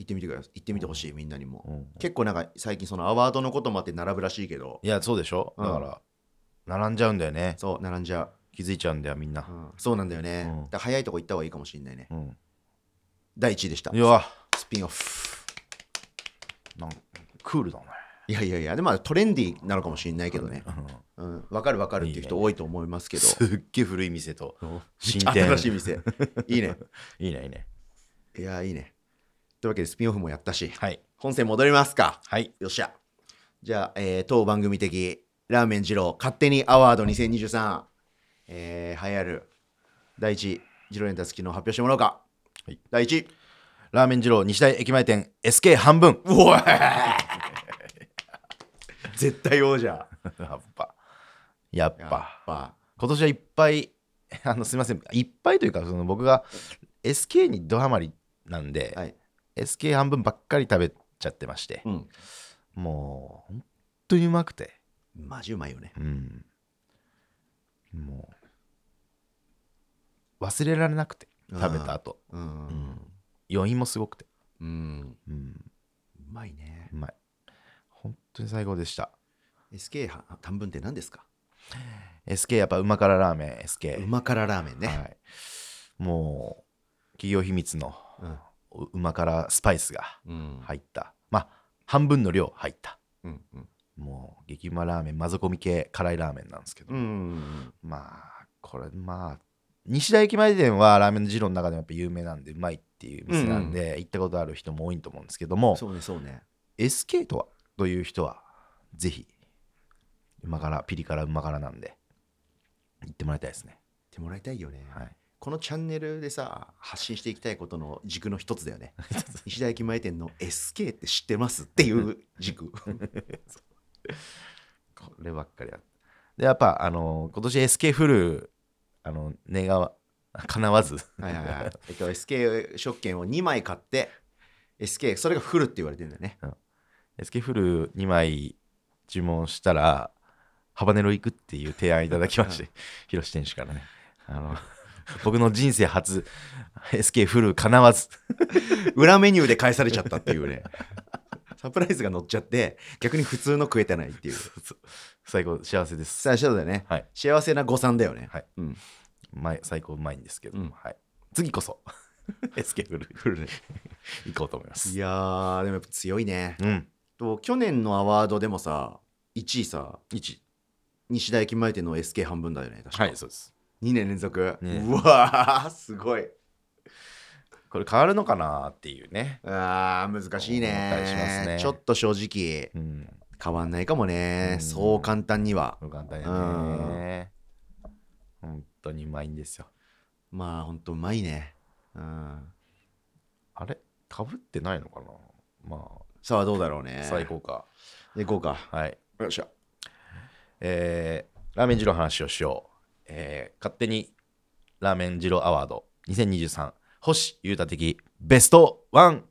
S1: ってみてください行ってみてほしいみんなにも、
S2: ー。うん
S1: 結構なんか最近そのアワードのこともあって並ぶらしいけど
S2: いや、そうでしょ
S1: うん
S2: だから、並んじゃうんだよね。
S1: そう並んじゃ
S2: 気づいちゃうんだよ、みん
S1: う、う
S2: な。
S1: んそうなんだよね、
S2: うん
S1: だから早いとこ行った方がいいかもしれないね
S2: うん。
S1: 第1位でした
S2: いや、
S1: スピンオフ
S2: なんクールだね。
S1: いやいやいや、でもまあトレンディーなのかもしれないけどね。
S2: うん
S1: うん、わかるわかるっていう人多いと思いますけど。
S2: すっげえ古い店と
S1: そう
S2: 新店。
S1: 新しい店。いいね。
S2: いいね、いいね。
S1: いや、いいね。というわけでスピンオフもやったし、
S2: はい。
S1: 本線戻りますか。
S2: はい。
S1: よっしゃ。じゃあ、えー当番組的ラーメン二郎勝手にアワード2023、えー、流行る第一二郎エンタ好きの発表してもらおうか。
S2: はい
S1: 第一位。
S2: ラーメン二郎西大駅前店 SK 半分。
S1: うおい 絶対王者。や
S2: やっぱ。やっ
S1: っ
S2: ぱ。
S1: ぱ。
S2: 今年はいっぱい あのすみませんいっぱいというかその僕が SK にドハマりなんで、
S1: はい
S2: SK 半分ばっかり食べちゃってまして、
S1: うん。
S2: もう本当にうまくて、
S1: マジうまいよね。
S2: うん、もう忘れられなくて
S1: うん
S2: 食べた後、
S1: う
S2: うんん。余韻もすごくて、
S1: うん。
S2: うん、
S1: うまいね
S2: う。まい本当に最高でした
S1: SK は短文って何ですか
S2: SK やっぱうま辛ラーメン SK
S1: うま辛ラーメンね。
S2: はい、もう企業秘密の
S1: うん
S2: ううま辛スパイスが
S1: うん
S2: 入ったまあ半分の量入った
S1: うんうん
S2: もう激うまラーメンマゾコミ系辛いラーメンなんですけど、
S1: うん
S2: まあこれまあ西田駅前店はラーメンの二郎の中でもやっぱ有名なんでうまいっていう店なんで、行ったことある人も多いと思うんですけども
S1: そうねそうね。
S2: SK とはという人はぜひうま辛ピリ辛うま辛なんで行ってもらいたいですね
S1: ってもらいたいよね。
S2: はい
S1: このチャンネルでさ発信していきたいことの軸の一つだ よね。石田駅前店の SK って知ってますって いう軸。
S2: こればっかりやでやっぱあの今年 SK フルあの願わ 叶わず
S1: はいはいはい。えっと SK 食券を2枚買って SK それがフルって言われてるんだよね。
S2: SK フル2枚注文したらハバネロ行くっていう提案いただきまし
S1: う
S2: て ヒロシ店主からねあの僕の人生初 SK フルかなわず
S1: 裏メニューで返されちゃったっていうね。サプライズが乗っちゃって、逆に普通の食えてないっていう。
S2: 最高幸せです
S1: 最初だよね。
S2: はい
S1: 幸せな誤算だよね。
S2: はい
S1: うん。
S2: うまい最高うまいんですけど、
S1: うん
S2: はい、次こそ エスケフルフルで行こうと思います
S1: いやー、でもやっぱ強いね。
S2: うん
S1: と去年のアワードでもさ、1位さ、1西田駅前店の SK 半分だよね。確か
S2: はいそうです
S1: 2年連続。
S2: ね
S1: うわー、すごい。
S2: これ変わるのかなっていうね、
S1: あー、難しい
S2: 思ったりします
S1: ね。
S2: ね
S1: ちょっと正直、
S2: うん、
S1: 変わんないかもね。
S2: うん
S1: そう簡単には。
S2: 簡単やね本当にうまいんですよ
S1: まあ、ほんとうまいね。うん。
S2: あれかぶってないのかなま
S1: さあ、どうだろう
S2: あ
S1: ね。
S2: 最。高か、
S1: いこうか。
S2: はい
S1: よっしゃ。
S2: えーラーメン二郎の話をしよう、えー勝手にラーメン二郎アワード2023星優太的ベストワン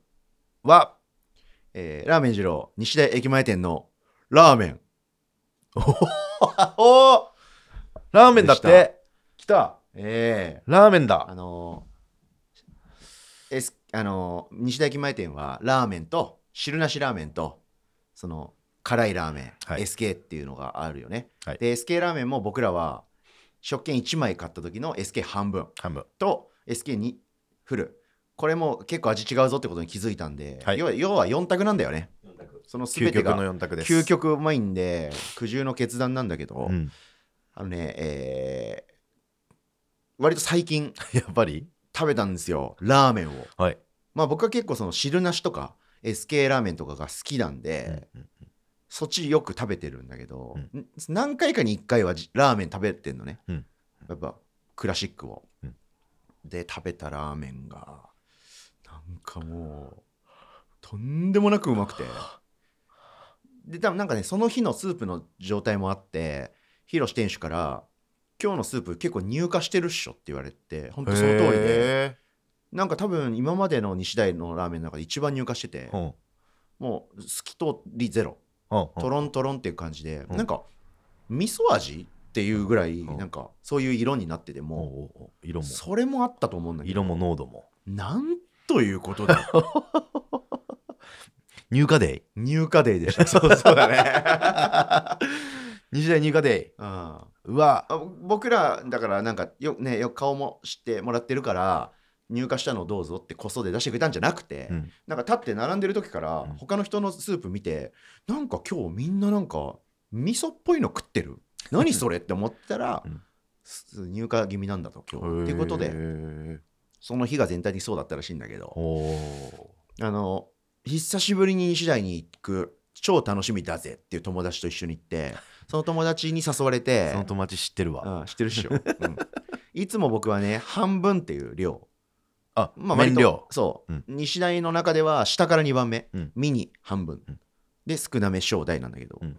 S2: は
S1: えーラーメン二郎西田駅前店のラーメン
S2: おおラーメンだって来た
S1: ええ
S2: ラーメンだ
S1: あのー、S あのー西田駅前店はラーメンと汁なしラーメンとその辛いラーメン、
S2: はい
S1: SK っていうのがあるよね、
S2: はい
S1: で SK ラーメンも僕らは食券1枚買った時の SK 半分
S2: 半分
S1: と SK2 フルこれも結構味違うぞってことに気づいたんで、
S2: はい
S1: 要は要は4択なんだよねその
S2: 究
S1: 全て
S2: 極の
S1: が
S2: 4択です
S1: 究極うまいんで苦渋の決断なんだけど、
S2: うん、
S1: あのね、えー割と最近
S2: やっぱり
S1: 食べたんですよ、ラーメンを。
S2: はい、
S1: まあ僕は結構その汁なしとか SK ラーメンとかが好きなんで、
S2: うん
S1: そっちよく食べてるんだけど、
S2: うん
S1: ん何回かに1回はじラーメン食べてんのね。
S2: うん
S1: やっぱクラシックを。
S2: うん
S1: で食べたラーメンが、なんかもう、とんでもなくうまくて。で多分なんかねその日のスープの状態もあってヒロシ店主から「今日のスープ結構乳化してるっしょ」って言われて本当その通りで
S2: へ
S1: なんか多分今までの西大のラーメンの中で一番乳化してて
S2: ーうん
S1: もう透き通りゼロ
S2: うん
S1: トロントロンっていう感じで
S2: うん
S1: なんか味噌味っていうぐらい
S2: うん
S1: なんかそういう色になってて
S2: おう
S1: も
S2: おうおう色も
S1: それもあったと思うんだけど
S2: 色も濃度も
S1: なんということ だ
S2: 入荷デイ
S1: 乳化デーで したそうそうだね
S2: 西大入荷デイ
S1: うん
S2: うわ
S1: あ僕らだからなんかよ,、ね、よ顔も知ってもらってるから入荷したのをどうぞってこそで出してくれたんじゃなくて、
S2: うん
S1: なんか立って並んでる時から
S2: うん
S1: 他の人のスープ見て、なんか今日みんななんか味噌っぽいの食ってる何それって思ってたら、
S2: うん
S1: す入荷気味なんだと今日っていうこと
S2: へ
S1: で
S2: ー
S1: その日が全体にそうだったらしいんだけど
S2: おー
S1: あの久しぶりに西大に行く超楽しみだぜっていう友達と一緒に行ってその友達に誘われて
S2: その友達知ってるわ、
S1: うん、知ってるっしょ、うんいつも僕はね半分っていう量、
S2: あ、
S1: まあ、割
S2: 麺
S1: と
S2: 量
S1: そう、
S2: うん
S1: 西大の中では下から2番目、
S2: うん
S1: ミニ半分、
S2: うん
S1: で少なめ小大なんだけど、
S2: うん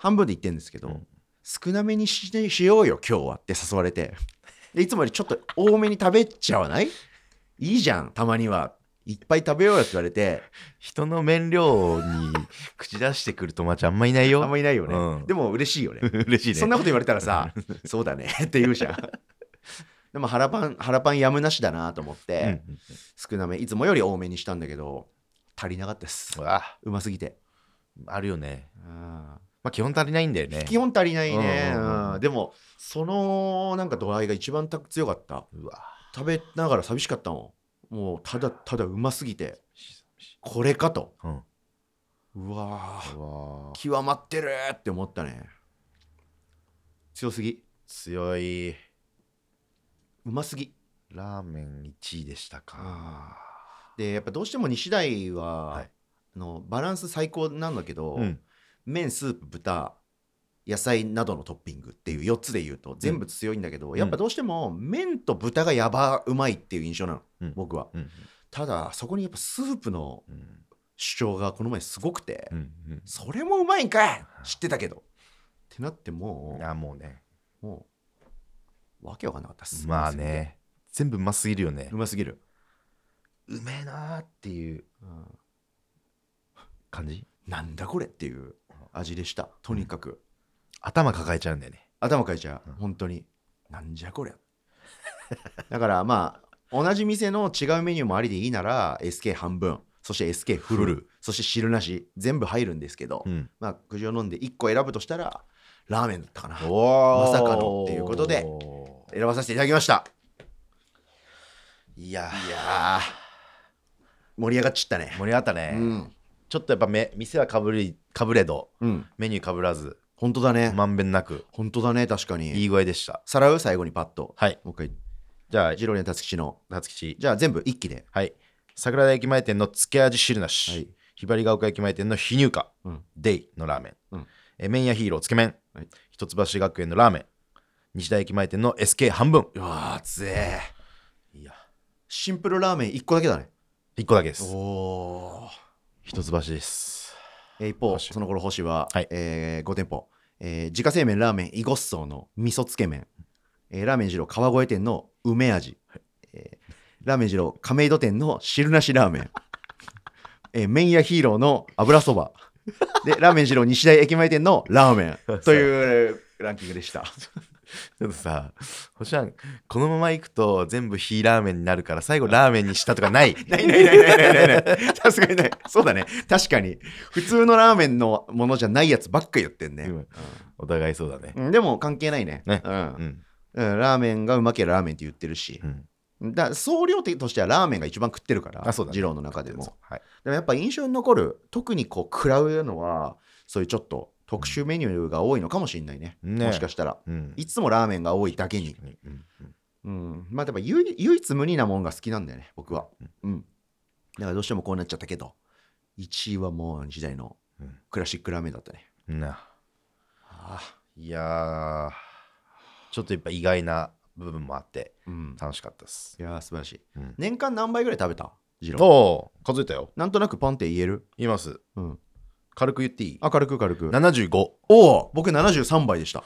S1: 半分で言ってるんですけど、
S2: うん
S1: 少なめにししようよ今日はって誘われてでいつもよりちょっと多めに食べちゃわないいいじゃんたまにはいっぱい食べようよって言われて
S2: 人の麺量に口出してくる友達あんまいない
S1: あん
S2: よ
S1: まいないよね、
S2: うん
S1: でも嬉しいよね
S2: 嬉しいね
S1: そんなこと言われたらさ、そうだねって言うじゃん。でも腹パン、腹パンやむなしだなと思って、
S2: うんうん
S1: 少なめ、いつもより多めにしたんだけど、足りなかったです
S2: う。わ
S1: うますぎて。
S2: あるよね
S1: うん
S2: まあ基本足りないんだよね
S1: 基本足りないね。
S2: うんうんうんうん
S1: うんでも、そのなんか度合いが一番た強かった。
S2: うわ
S1: 食べながら寂しかったもん。もうただただうますぎて、これかと。
S2: うん
S1: うわー
S2: うわ
S1: 極まってるって思ったね。強すぎ。
S2: 強いう
S1: ますぎ。
S2: ラーメン1位でしたか
S1: でやっぱどうしても西大は、
S2: はい
S1: あのバランス最高なんだけど、
S2: うん
S1: 麺スープ豚野菜などのトッピングっていう4つで言うと全部強いんだけど、やっぱどうしても麺と豚がやばうまいっていう印象なの、
S2: うん
S1: 僕は
S2: うん
S1: ただそこにやっぱスープの
S2: うん
S1: 主張がこの前すごくて、
S2: うん
S1: それもうまいんかい知ってたけどってなっても
S2: うんあもうね
S1: うもうわけわかんなかったっす
S2: まあね全部うますぎるよね
S1: うますぎる、
S2: うめえなーっていう
S1: うん
S2: 感じ
S1: なんだこれっていう味でしたとにかく、
S2: 頭抱えちゃうんだよね
S1: 頭かいちゃう、
S2: うん
S1: 本当になんじゃこりゃ だからまあ同じ店の違うメニューもありでいいなら SK 半分そして SK フル
S2: フル
S1: そして汁なし全部入るんですけど、
S2: うん、
S1: まあくじを飲んで1個選ぶとしたらラーメンだったかな選
S2: おー
S1: まさかのっていうことでばさせていただきました
S2: いや
S1: いやー盛り上がっちったね
S2: 盛り上がったね、
S1: うん
S2: ちょっとやっぱめ店はかぶりかぶれど
S1: うん
S2: メニューかぶらず
S1: 本当だね、
S2: まんべんなく
S1: 本当だね確か
S2: い
S1: に
S2: い具合でした
S1: さらう最後にパッと
S2: はい
S1: もう一
S2: じゃあ
S1: 回ジローニャンたつきちの
S2: 辰吉
S1: じゃあ全部一気で
S2: はい桜田駅前店のつけ味汁なし、
S1: はい
S2: ひばりが丘駅前店の非乳化、
S1: うん
S2: デイのラーメン、
S1: うん
S2: え麺屋ヒーローつけ麺、
S1: はい
S2: 一橋学園のラーメン西大駅前店の SK 半分
S1: うわーつえ
S2: いや
S1: シンプルラーメン1個だけだね
S2: 1個だけです
S1: お
S2: 一橋です
S1: えー一方
S2: 星
S1: その頃星は、
S2: はい
S1: えー5店舗、えー自家製麺ラーメンイゴッソーの味噌つけ麺、えーラーメン二郎川越店の梅味、えーラーメン二郎亀戸店の汁なしラーメン えー麺屋ヒーローの油そばでラーメン二郎西大駅前店のラー メンというランキングでした
S2: ちょっとさ星はこのままいくと全部ヒーラーメンになるから最後ラーメンにしたとかない
S1: ないないないないないないない。 さすがにない。そうだね。確かに。普通のラーメンのものじゃないやつばっか言ってんね。
S2: う
S1: うん
S2: んお互いそうだね
S1: うんでも関係ないね。
S2: ね
S1: うん
S2: う。ん
S1: うんラーメンがうまければラーメンって言ってるし
S2: う。ん
S1: だ総量的としてはラーメンが一番食ってるから、
S2: あそうだね
S1: 二郎の中でも。
S2: はい
S1: でもやっぱ印象に残る、特にこう食らうのは、そういうちょっと特殊メニューが多いのかもしれないね。
S2: ね
S1: もしかしたら。
S2: うん
S1: いつもラーメンが多いだけに。
S2: うんうん
S1: うん、まあでも唯唯一無二なもんが好きなんだよね僕は、うん、だからどうしてもこうなっちゃったけど1位はもう時代の
S2: うん
S1: クラシックラーメンだったね、
S2: うんな
S1: ああ
S2: いやーちょっとやっぱ意外な部分もあって
S1: うん、
S2: 楽しかったです
S1: い。やー素晴らしい
S2: うん、
S1: 年間何杯ぐらい食べたジロー
S2: おー数えたよ。
S1: なんとなくパンって言える、
S2: 言います。
S1: うん、
S2: 軽く言っていい
S1: あ軽く軽く
S2: ?75。
S1: おお僕73杯でした、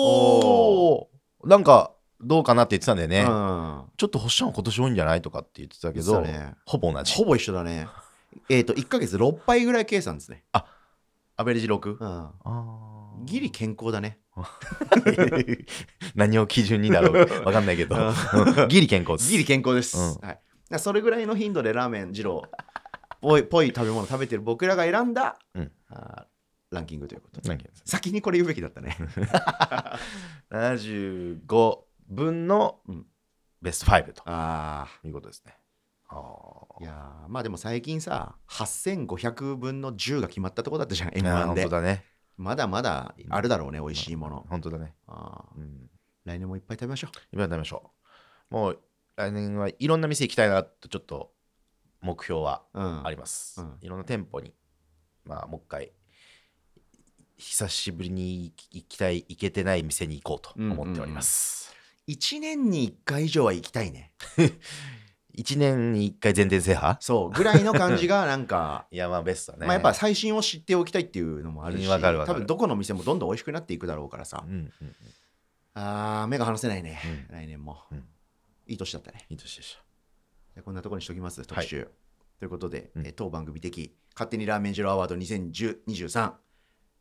S2: おーなんかどうかなって言ってたんだよね。
S1: うん
S2: ちょっと星ちゃん今年多いんじゃないとかって言ってたけ
S1: 言
S2: ど、
S1: ってたね
S2: ほぼ同じ
S1: ほ。ぼ一緒だねえっ、と1ヶ月6杯ぐらい計算ですね、
S2: アベレージ 6?
S1: うん、
S2: あー
S1: ギリ健康だね
S2: 何を基準にだ ろうわかんないけどうん ギリ健康です
S1: ギリ健康です。
S2: うん
S1: はい、だからそれぐらいの頻度でラーメン二郎ぽい ぽい食べ物食べてる僕らが選んだ、
S2: うん
S1: あーランキングということ。
S2: 何言うんです
S1: 先にこれ言うべきだったね。
S2: 75分の
S1: うん
S2: ベスト5と
S1: あ
S2: いうことですねあ
S1: あ。いやーまあでも最近さ8500分の10が決まったとこだったじゃん
S2: ー
S1: M1
S2: 本当
S1: で
S2: だね
S1: まだまだあるだろうね美味しいもの、
S2: 本当だね
S1: あー
S2: うん
S1: 来年もいっぱい食べましょ
S2: 今食べましょうもう来年はいろんな店行きたいなとちょっと目標は
S1: う、うん
S2: あります、
S1: うん
S2: いろんな店舗にまあもう一回久しぶりに行きたい行けてない店に行こうと思っております、
S1: 1年に1回以上は行きたいね
S2: 一年に一回全店制覇
S1: そうぐらいの感じがなんか
S2: いやまあベス トだね
S1: まあやっぱ最新を知っておきたいっていうのもあるし、
S2: うんわかるわか
S1: 多
S2: る
S1: 分どこの店もどんどん美味しくなっていくだろうからさ、
S2: うんうんうん
S1: あー目が離せないね、
S2: う
S1: 来年も、
S2: うん
S1: いい年だったね
S2: いい年でし
S1: じ
S2: た
S1: ゃあこんなところにしときます特集、ということで、
S2: うん
S1: えー当番組的勝手にラーメンジローアワード2023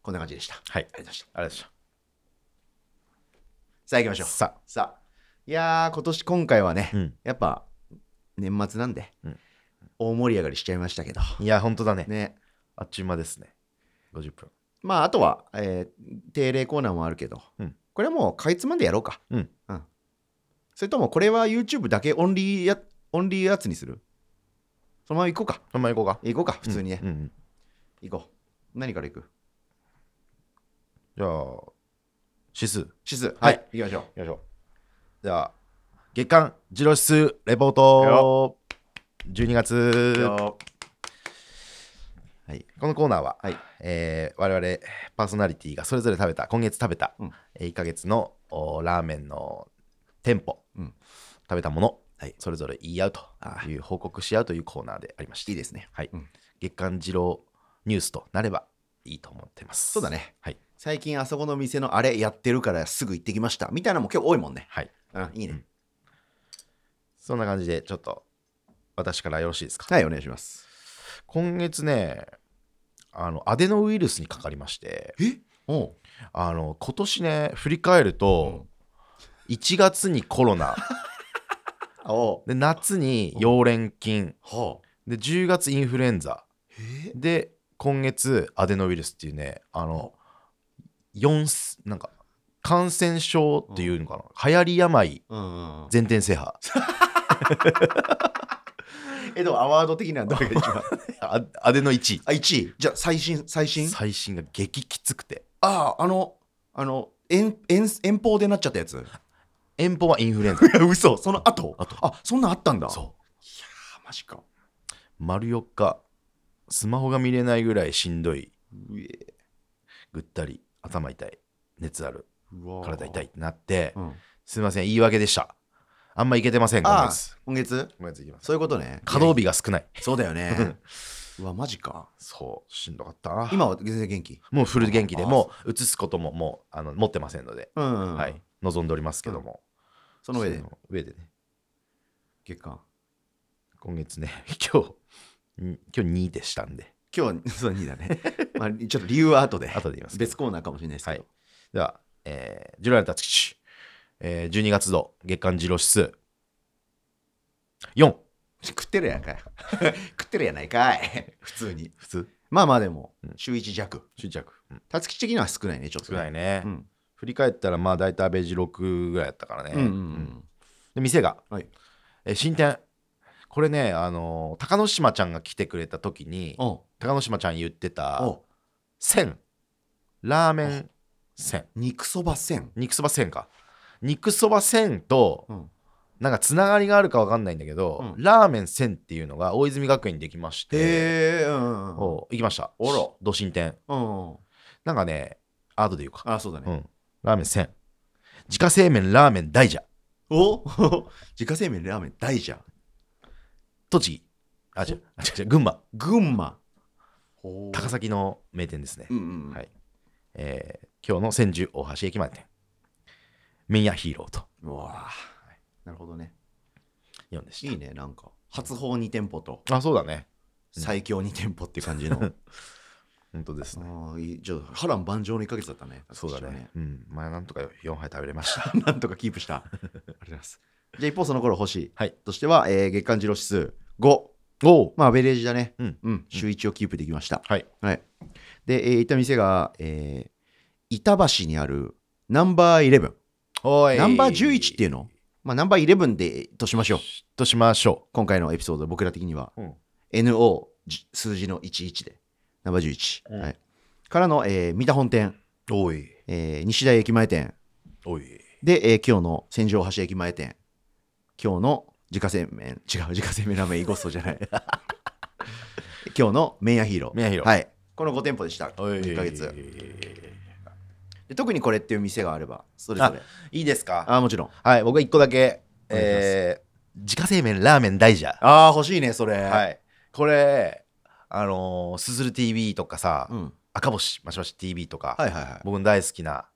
S1: こんな感じでしたあ
S2: はいあり
S1: りがとうございま
S2: がとう
S1: した
S2: ございました
S1: さあ行きましょう
S2: さあ
S1: さあいやー今年今回はね、
S2: うん
S1: やっぱ年末なんで、
S2: うん
S1: 大盛り上がりしちゃいましたけど
S2: いや本当だね
S1: ね
S2: あっちゅう間ですね50分
S1: まああとは、えー定例コーナーもあるけど、
S2: うん
S1: これはもうかいつまんでやろうか
S2: うん
S1: それともこれは YouTube だけオンリーやオンリーやつにするそのまま行こうか
S2: ほんま行こうか
S1: 行こうか普通にね、
S2: うんうん
S1: 行こう。何から行く
S2: じゃあ指数
S1: 指数。は
S2: はいい、
S1: 行きましょ
S2: よいしょ。じゃあ、月間ジロ指数レポート12
S1: う。
S2: 月。
S1: はい。
S2: このコーナーは、
S1: はい
S2: えー我々パーソナリティがそれぞれ食べた、今月食べた、
S1: うん
S2: え1ヶ月のおラーメンの店舗、
S1: うん
S2: 食べたもの、
S1: はい
S2: それぞれ言い合うという報告し合うというコーナーでありました。
S1: いいですね。
S2: はい
S1: うん
S2: 月間ジロニュースとなればいいと思ってます。
S1: そうだ。ね。
S2: はい。
S1: 最近あそこの店のあれやってるからすぐ行ってきました。みたいなのも結構多いもんね。
S2: はい。
S1: うん、いいね。
S2: うんそんな感じで、ちょっと私からよろしいですか。
S1: はい、お願いします。
S2: 今月ねあのアデノウイルスにかかりまして
S1: えおう。
S2: あの今年ね振り返ると、1月にコロナ
S1: おう。
S2: で夏に溶連菌
S1: は
S2: で10月インフルエン
S1: あ。
S2: ザで今月アデノウイルスっていうねあの4なんか感染症っていうのかな、流行り病
S1: うんうん。
S2: 全天制覇
S1: え、でもアワード的にはどれが一番
S2: あアデノ1位
S1: あ、1位。じゃあ最新、最新
S2: 最新が激きつ くて
S1: ああ、あの、あの、遠遠遠方でなっちゃったやつ。い
S2: 遠方はインフルエンザ
S1: や、嘘。その後
S2: あと
S1: あ、そんなんあったんだ。いや
S2: そ
S1: ー、マジか。
S2: う丸4日スマホが見れないぐらいしんどいう
S1: え
S2: ぐったり頭痛い熱ある
S1: うわー
S2: 体痛いっ。てなって
S1: うん。
S2: すいません言い訳でしたあんまいけてません今
S1: ああ
S2: 月、
S1: 今月
S2: 今月いきます
S1: そういうことね。
S2: 稼働日が少ない
S1: 日。そうだよ ね。うわ、マジか。
S2: そうしんどかったな
S1: 今は全然元気。
S2: もうフル元気で
S1: あ
S2: もう移すことももうあの持ってませんので、
S1: うん、うん。
S2: はい。望んでおりますけども、
S1: その上で
S2: そ、上でね
S1: 月間。
S2: 今月ね 今日ん今日2でしたんで
S1: 今日は、そう、2だね。 まあ、ちょっと理由は後で。
S2: 後で言います
S1: 別コーナーかもしれないですけど。
S2: はいでは、えー、ジュラルタツキシ、えー、12月度月間自露指数4
S1: 食ってるやんかい 食ってるやないかい普通に
S2: 普通
S1: まあまあでも
S2: うん
S1: 週1弱
S2: 執着、うん
S1: たつき的には少ないねちょっと
S2: 少ない
S1: ね
S2: ね、
S1: うん
S2: 振り返ったらまあ大体アベージ6ぐらいやったからね、
S1: うんうんう
S2: うん
S1: ん
S2: で店が、
S1: はい
S2: えー新店これねあのー高野島ちゃんが来てくれた時に
S1: おう
S2: 高野島ちゃん言ってた
S1: おう
S2: 千ラーメン千
S1: 肉そば千
S2: 肉そば千か肉そば千と
S1: うん
S2: なんかつながりがあるかわかんないんだけど、
S1: うん
S2: ラーメン千っていうのが大泉学園にできまして
S1: へえうんうん
S2: おう行きました
S1: あら
S2: 土新店
S1: うん
S2: なんかねアートで言うか、
S1: あそうだ
S2: う
S1: ね
S2: ん、ラーメン千自家製麺ラーメン大蛇
S1: お 自家製麺ラーメン大じゃん
S2: 栃木あ違うあ違う違う群馬
S1: 群馬ほう
S2: 高崎の名店ですね、
S1: うんうんうん
S2: はいえー今日の千住大橋駅前店麺屋ヒーローと
S1: うわーなるほどね
S2: 読んでした
S1: いいねなんか初方2店舗と
S2: あそうだね
S1: 最強2店舗っていう感じ の
S2: 本当ですね
S1: あーいいちょっと波乱万丈の1ヶ月だったね
S2: そうだ
S1: 辰吉は
S2: ね。うん。まあ、なんとか4杯食べれ ました。
S1: なんとかキープした。ありがとうございます。じゃあ一方その頃欲しい。
S2: はい
S1: としては、えー月間自露指数5。
S2: お
S1: まあアベレージだね。
S2: うん。
S1: 週1をキープできました。
S2: はい。
S1: はい。で、えー行った店が、えー板橋にあるナンバー11。
S2: おい。
S1: ナンバー11っていううのまあナンバー11でとしましょう。
S2: としましょ
S1: 今回のエピソード、僕ら的には
S2: う。うん。
S1: NO じ数字の11で。ナンバー11。
S2: うん
S1: はい。からの、えー三田本店、
S2: おい。
S1: えー西台駅前店、
S2: おい。
S1: で、えー今日の千条橋駅前店、今日の自家製麺、違う、自家製麺ラーメンイゴストじゃない。 今日の麺屋ヒーロー。
S2: 麺屋ヒーロー
S1: はい。この5店舗でした、
S2: おい。
S1: 1ヶ月。で特にこれっていう店があれば、それぞれ。
S2: いいですか
S1: ああ、もちろん。
S2: はい。僕は1個だけ。
S1: お願いします
S2: えー、自家製麺ラーメン大蛇。
S1: ああ、欲しいね、それ。。
S2: はいい。これ、あのー、すずる TV とかさ、
S1: うん。
S2: 赤星ましまし TV とか、
S1: はいはいはい。
S2: 僕の大好きな、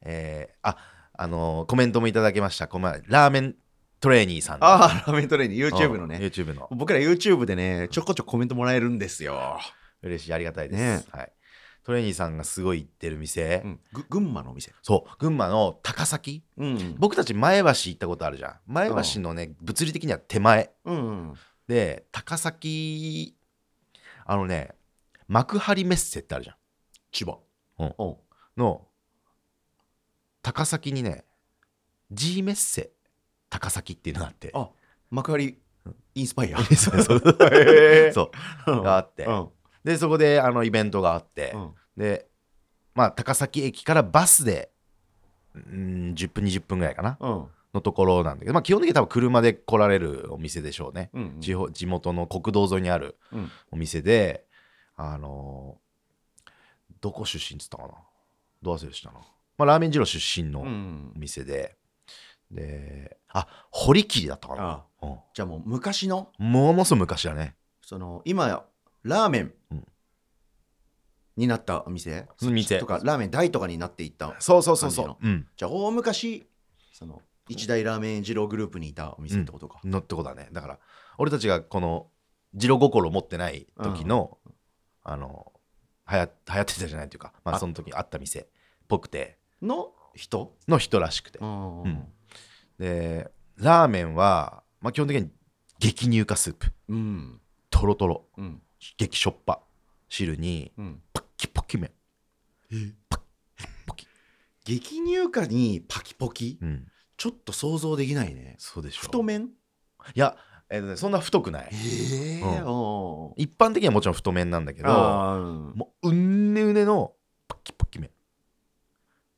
S2: えー、あ、あのー、コメントもいただきました。このラーメントレーニーさんの。
S1: ああ、ラーメントレーニング、YouTube の
S2: う
S1: ね
S2: ん。YouTube の。
S1: 僕ら YouTube でね、ちょこちょこコメントもらえるんですよ。
S2: 嬉しいありがたいです、
S1: ね
S2: はい、トレーニーさんがすごい行ってる店、
S1: うん、ぐ群馬のお店。
S2: そう群馬の高崎
S1: うん
S2: 僕たち前橋行ったことあるじゃん前橋のね、物理的には手前
S1: うんうん。
S2: で高崎あのね幕張メッセってあるじゃん
S1: 千葉。
S2: うん
S1: お
S2: の高崎にね G メッセ高崎っていうのがあって
S1: あ幕張インスパ イア。
S2: そうそう
S1: へー
S2: そう
S1: うん
S2: があって
S1: うん。
S2: でそこであのイベントがあって、
S1: うん
S2: でまあ高崎駅からバスでうん10分20分ぐらいかな
S1: うん。
S2: のところなんだけど、まあ、基本的に多分車で来られるお店でしょうね、
S1: うん
S2: 地方地元の国道沿いにある
S1: うん
S2: お店であのーどこ出身っつったかなどう忘れしたな、まあ、ラーメン二郎出身の
S1: う
S2: お
S1: ん。
S2: 店で、であ堀切だったかな
S1: あ
S2: うん
S1: じゃあもう昔の、
S2: ものすごい昔だね
S1: その、今、ラーメン
S2: うん
S1: になったお店
S2: 店
S1: とか、ラーメン大とかになっていった。
S2: そうそうそうそう
S1: 感、
S2: うん、
S1: じゃあ、大昔、その、一大ラーメン二郎グループにいたお店ってことか。
S2: のってことだねだから俺たちがこの二郎心を持ってない時の、あのはや流行ってたじゃないというか、まあ、
S1: あ
S2: その時あった店っぽくて
S1: の人
S2: の人らしくて、
S1: ん
S2: うんでラーメンは、まあ、基本的に激乳化スープ
S1: うん。
S2: とろとろ
S1: うん。
S2: 激しょっぱ汁に
S1: うん、
S2: パッキパキ麺、
S1: 激乳化にパキポキ
S2: うん、
S1: ちょっと想像できないね
S2: そうでしょ
S1: 太麺
S2: いや、えーとね、そんな太くない
S1: ええ
S2: うん
S1: お
S2: 一般的にはもちろん太麺なんだけ
S1: ー
S2: ど
S1: あーうん
S2: もううんねうねのパッキパキ麺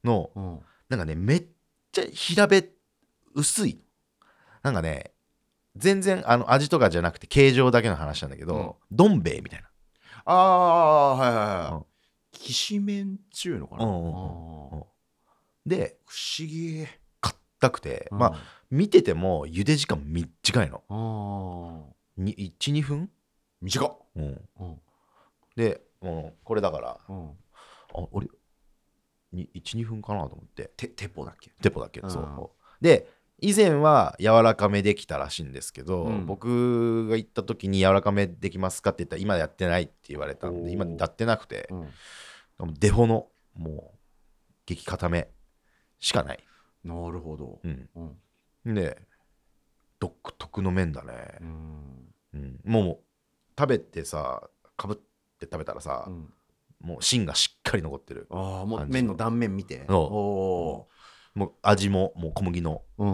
S2: の
S1: うん
S2: なんかねめっちゃ平べ薄いなんかね全然あの味とかじゃなくて形状だけの話なんだけど、どん兵衛みたいな
S1: ああはいはい
S2: うん
S1: はいきしめんっちゅうのかな
S2: う
S1: あ
S2: んうんうん
S1: ー
S2: で
S1: 不思議
S2: 硬くて、まあ
S1: あ
S2: 見てても茹で時間短いの
S1: あー
S2: 12分、
S1: 短っ
S2: うん
S1: うん
S2: で、うん、これだから
S1: うん
S2: あ俺12分かなと思って
S1: てテポだっけ
S2: テポだっけ
S1: うん
S2: そうで以前は柔らかめできたらしいんですけど、
S1: うん
S2: 僕が行った時に柔らかめできますかって言ったら今やってないって言われたん
S1: おー
S2: で今やってなくて
S1: うん
S2: デフォのもう激固めしかない、
S1: なるほど
S2: うん、
S1: うん
S2: で独特の麺だね、
S1: うん
S2: うん、もう食べてさかぶって食べたらさ
S1: う、ん
S2: もう芯がしっかり残ってる
S1: ああもう
S2: 感じ
S1: 麺の断面見て
S2: そう
S1: お
S2: もう味ももう小麦の
S1: ーう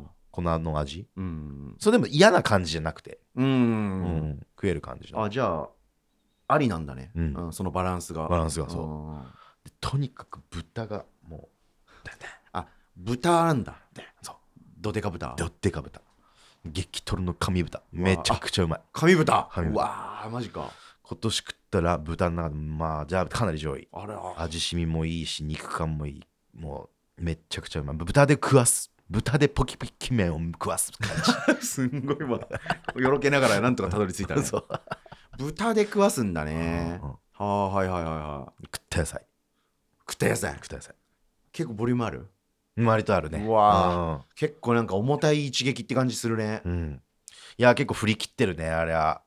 S1: ん
S2: 粉の味
S1: うん
S2: それでも嫌な感じじゃなくて、
S1: う
S2: うん
S1: ん
S2: 食える感じの
S1: あじゃあありなんだね
S2: うん
S1: うんそのバランスが
S2: バランスがそう
S1: うん
S2: とにかく豚がも
S1: 豚なんだ
S2: うそう
S1: どでか豚
S2: どってか豚激トロの神豚めちゃくちゃうまい
S1: 神豚
S2: 神
S1: う
S2: 豚
S1: わーマジか
S2: 今年食ったら豚の中でまあじゃあかなり上位
S1: あれあ
S2: 味しみもいいし肉感もいいもうめちゃくちゃうまい豚で食わす豚でポキポキ麺を食わす感 じ
S1: すんごいわよろけながらなんとかたどり着いたね
S2: そう
S1: 豚で食わすんだね
S2: うんうん
S1: はあはいはいはいはい
S2: 食った野菜
S1: 食ったやつだ
S2: 食った野菜
S1: 結構ボリュームある
S2: 割とあるね
S1: うわ結構なんか重たい一撃って感じするね
S2: うんうんいや結構振り切ってるねあれは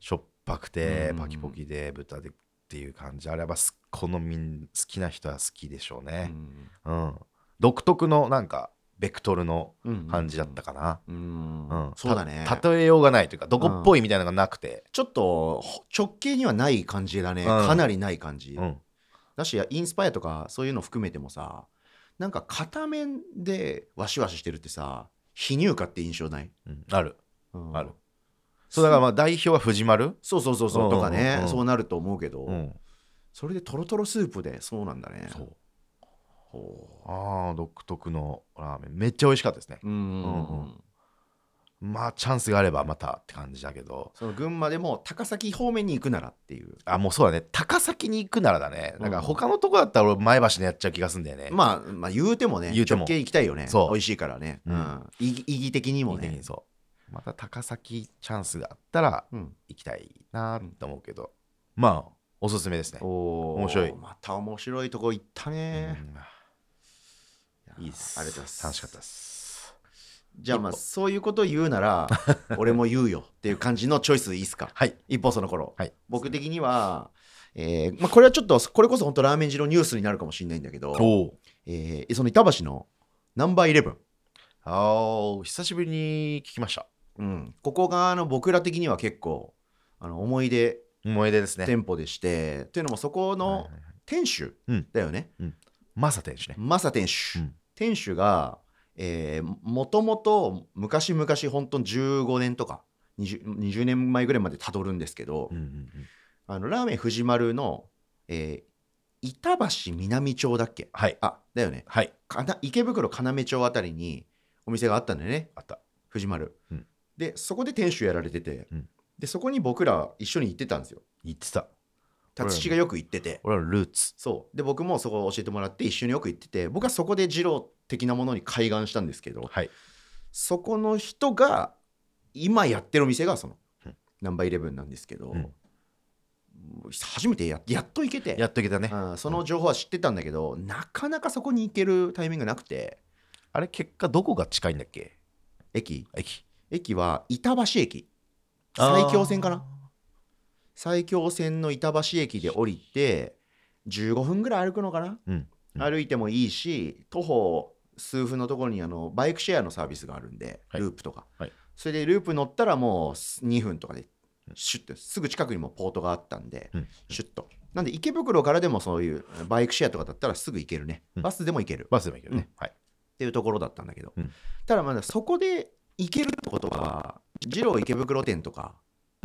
S2: しょっぱくて
S1: うん
S2: パキポキで豚でっていう感じあれはやっぱす好み好きな人は好きでしょうねうん、独特のなんかベクトルの感じだった
S1: か
S2: かな、
S1: うん
S2: うん
S1: そうだね
S2: た例えようがないというかどこっぽいみたいなのがなくて、
S1: ちょっとほ直径にはない感じだね、
S2: うん
S1: かなりない感じ、
S2: うん
S1: だしインスパイアとかそういうの含めてもさなんか片面でワシワシしてるってさ非乳化って印象ない、
S2: うんある
S1: うん
S2: あるそうだからまあ代表は藤丸、
S1: そうそうそうそうとかね、
S2: うんうんうん
S1: そうなると思うけど、
S2: うん、
S1: それでトロトロスープでそうなんだね
S2: そう
S1: ほ
S2: ああ独特のラーメンめっちゃ美味しかったですね
S1: ううんうんうん
S2: うんまあチャンスがあればまたって感じだけど
S1: その群馬でも高崎方面に行くならっていう
S2: あもうそうだね高崎に行くならだねだから他のとこだったら俺前橋でやっちゃう気がすんだよね、
S1: まあまあ言うてもね
S2: 言うても
S1: 直径行きたいよね
S2: そう
S1: 美味しいからね、う
S2: うん
S1: ん、意義意義的にも
S2: いい
S1: ね
S2: ねそうまた高崎チャンスがあったら
S1: うん、
S2: 行きたいなと思うけど、まあおすすめですね
S1: おー
S2: 面白い
S1: また面白いとこ行ったね、
S2: うんいいっす
S1: ありがとうございます
S2: 楽しかったです
S1: じゃあまあ
S2: 一歩
S1: そういうこと言うな ら俺も言うよっていう感じのチョイスいいっすか
S2: はい
S1: 一方その頃、
S2: はい
S1: 僕的には、えーまあ、これはちょっとこれこそ本当ラーメン二郎ニュースになるかもしれないんだけど、
S2: お
S1: えーその板橋のナンバーイレブン
S2: あー久しぶりに聞きました
S1: うん、ここがあの僕ら的には結構あの思い出
S2: 思い出ですね
S1: 店舗でして、というのもそこ
S2: はい
S1: の
S2: はいはい
S1: 店主
S2: うん
S1: だよね、
S2: マサ店主ね
S1: マサ店主、
S2: うん
S1: 店主が、えーもともと昔々本当に15年とか 20, 20年前ぐらいまでたどるんですけど、
S2: うんうんうん
S1: あのラーメン藤丸の、えー板橋南町だっけ
S2: はい
S1: あだよね
S2: はい
S1: かな池袋要町あたりにお店があったんだよね
S2: あった
S1: 藤丸、
S2: うん
S1: でそこで店主やられてて、
S2: うん
S1: でそこに僕ら一緒に行ってたんですよ
S2: 言ってた
S1: 達志がよく行ってて
S2: 俺はルーツ
S1: そうで僕もそこを教えてもらって一緒によく行ってて僕はそこで二郎的なものに開眼したんですけど
S2: はい
S1: そこの人が今やってるお店がその、
S2: うん
S1: ナンバーイレブンなんですけど、
S2: うん
S1: もう初めてややっと行けて
S2: やっといけたね
S1: うんその情報は知ってたんだけど、なかなかそこに行けるタイミングなくて
S2: あれ結果どこが近いんだっけ
S1: 駅
S2: 駅
S1: 駅は板橋駅埼京線かな埼京線の板橋駅で降りて15分ぐらい歩くのかな、
S2: うんうん
S1: 歩いてもいいし徒歩数分のところにあのバイクシェアのサービスがあるんで、
S2: はい
S1: ループとか、
S2: はい
S1: それでループ乗ったらもう2分とかでシュッてすぐ近くにもポートがあったんで、
S2: うん
S1: シュッとなんで池袋からでもそういうバイクシェアとかだったらすぐ行けるね
S2: うん
S1: バスでも行ける、っ
S2: バスでもいいけどね、はい
S1: ていうところだったんだけど、
S2: うん
S1: ただまだそこで行けるってことは二郎池袋店とか、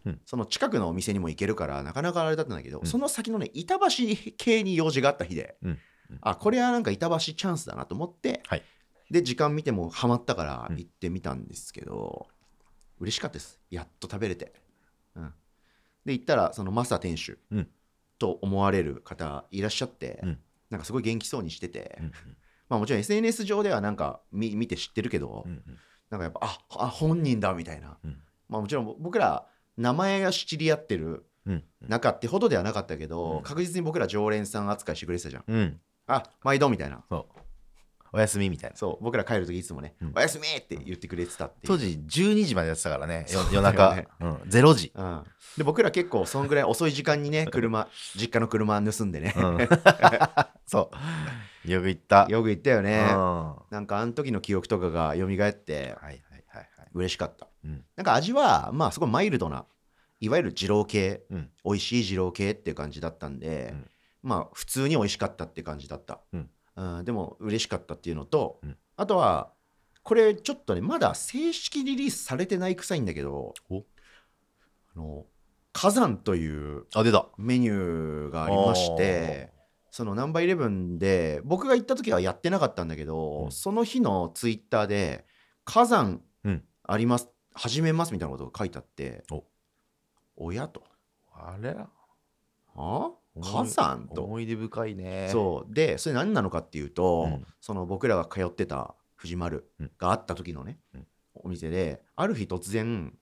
S2: うん
S1: その近くのお店にも行けるからなかなかあれだったんだけど、
S2: うん
S1: その先のね板橋系に用事があった日で、
S2: うんうん
S1: あこれはなんか板橋チャンスだなと思って、
S2: はい
S1: で時間見てもハマったから
S2: うん
S1: 行ってみたんですけど、嬉しかったですやっと食べれて、うん、で行ったらそのマサ店主
S2: うん
S1: と思われる方いらっしゃって、
S2: うん
S1: なんかすごい元気そうにしてて、
S2: うんうん
S1: まあもちろん SNS 上ではなんか見見て知ってるけど、
S2: うんうん
S1: なんかやっぱああ本人だみたいな、
S2: うん
S1: まあもちろん僕ら名前が知り合ってる
S2: うん
S1: 中ってほどではなかったけど、
S2: うん
S1: 確実に僕ら常連さん扱いしてくれてたじゃん
S2: うん
S1: あ毎度みたいな
S2: そうお休みみたいな
S1: そう僕ら帰る時いつもね、
S2: うん
S1: おやすみって言ってくれてたっていう
S2: 当時12時までやってたからね
S1: そ
S2: よ
S1: うだよ
S2: 夜中、
S1: ね
S2: うん、0時、
S1: うん、で僕ら結構そんぐらい遅い時間に ね車実家の車盗んでね
S2: う ん、そうよく行った
S1: よく行ったよね、
S2: うんは
S1: なんかあの時の記憶とかが蘇って
S2: いはいはいはい
S1: 嬉しかった、
S2: うん
S1: なんか味はまあすごいマイルドないわゆる二郎系、
S2: うん
S1: 美味しい二郎系っていう感じだったんで、
S2: うん
S1: まあ普通に美味しかったっていう感じだった、
S2: うん
S1: うんでも嬉しかったっていうのと、
S2: うん
S1: あとはこれちょっとねまだ正式リリースされてない臭いんだけど
S2: お
S1: あの火山という
S2: あ出た
S1: メニューがありましてそのナンバーイレブンで僕が行った時はやってなかったんだけど、
S2: うん
S1: その日のツイッターで「火山
S2: うん
S1: あります、始めます」みたいなことが書いてあって
S2: お
S1: 「おや?」と
S2: あれ
S1: 「あ
S2: 思い
S1: 火山?」と。
S2: 思い出深いね
S1: そうでそれ何なのかっていうと、
S2: うん
S1: その僕らが通ってた藤丸
S2: うん
S1: があった時のね、
S2: うん
S1: お店である日突然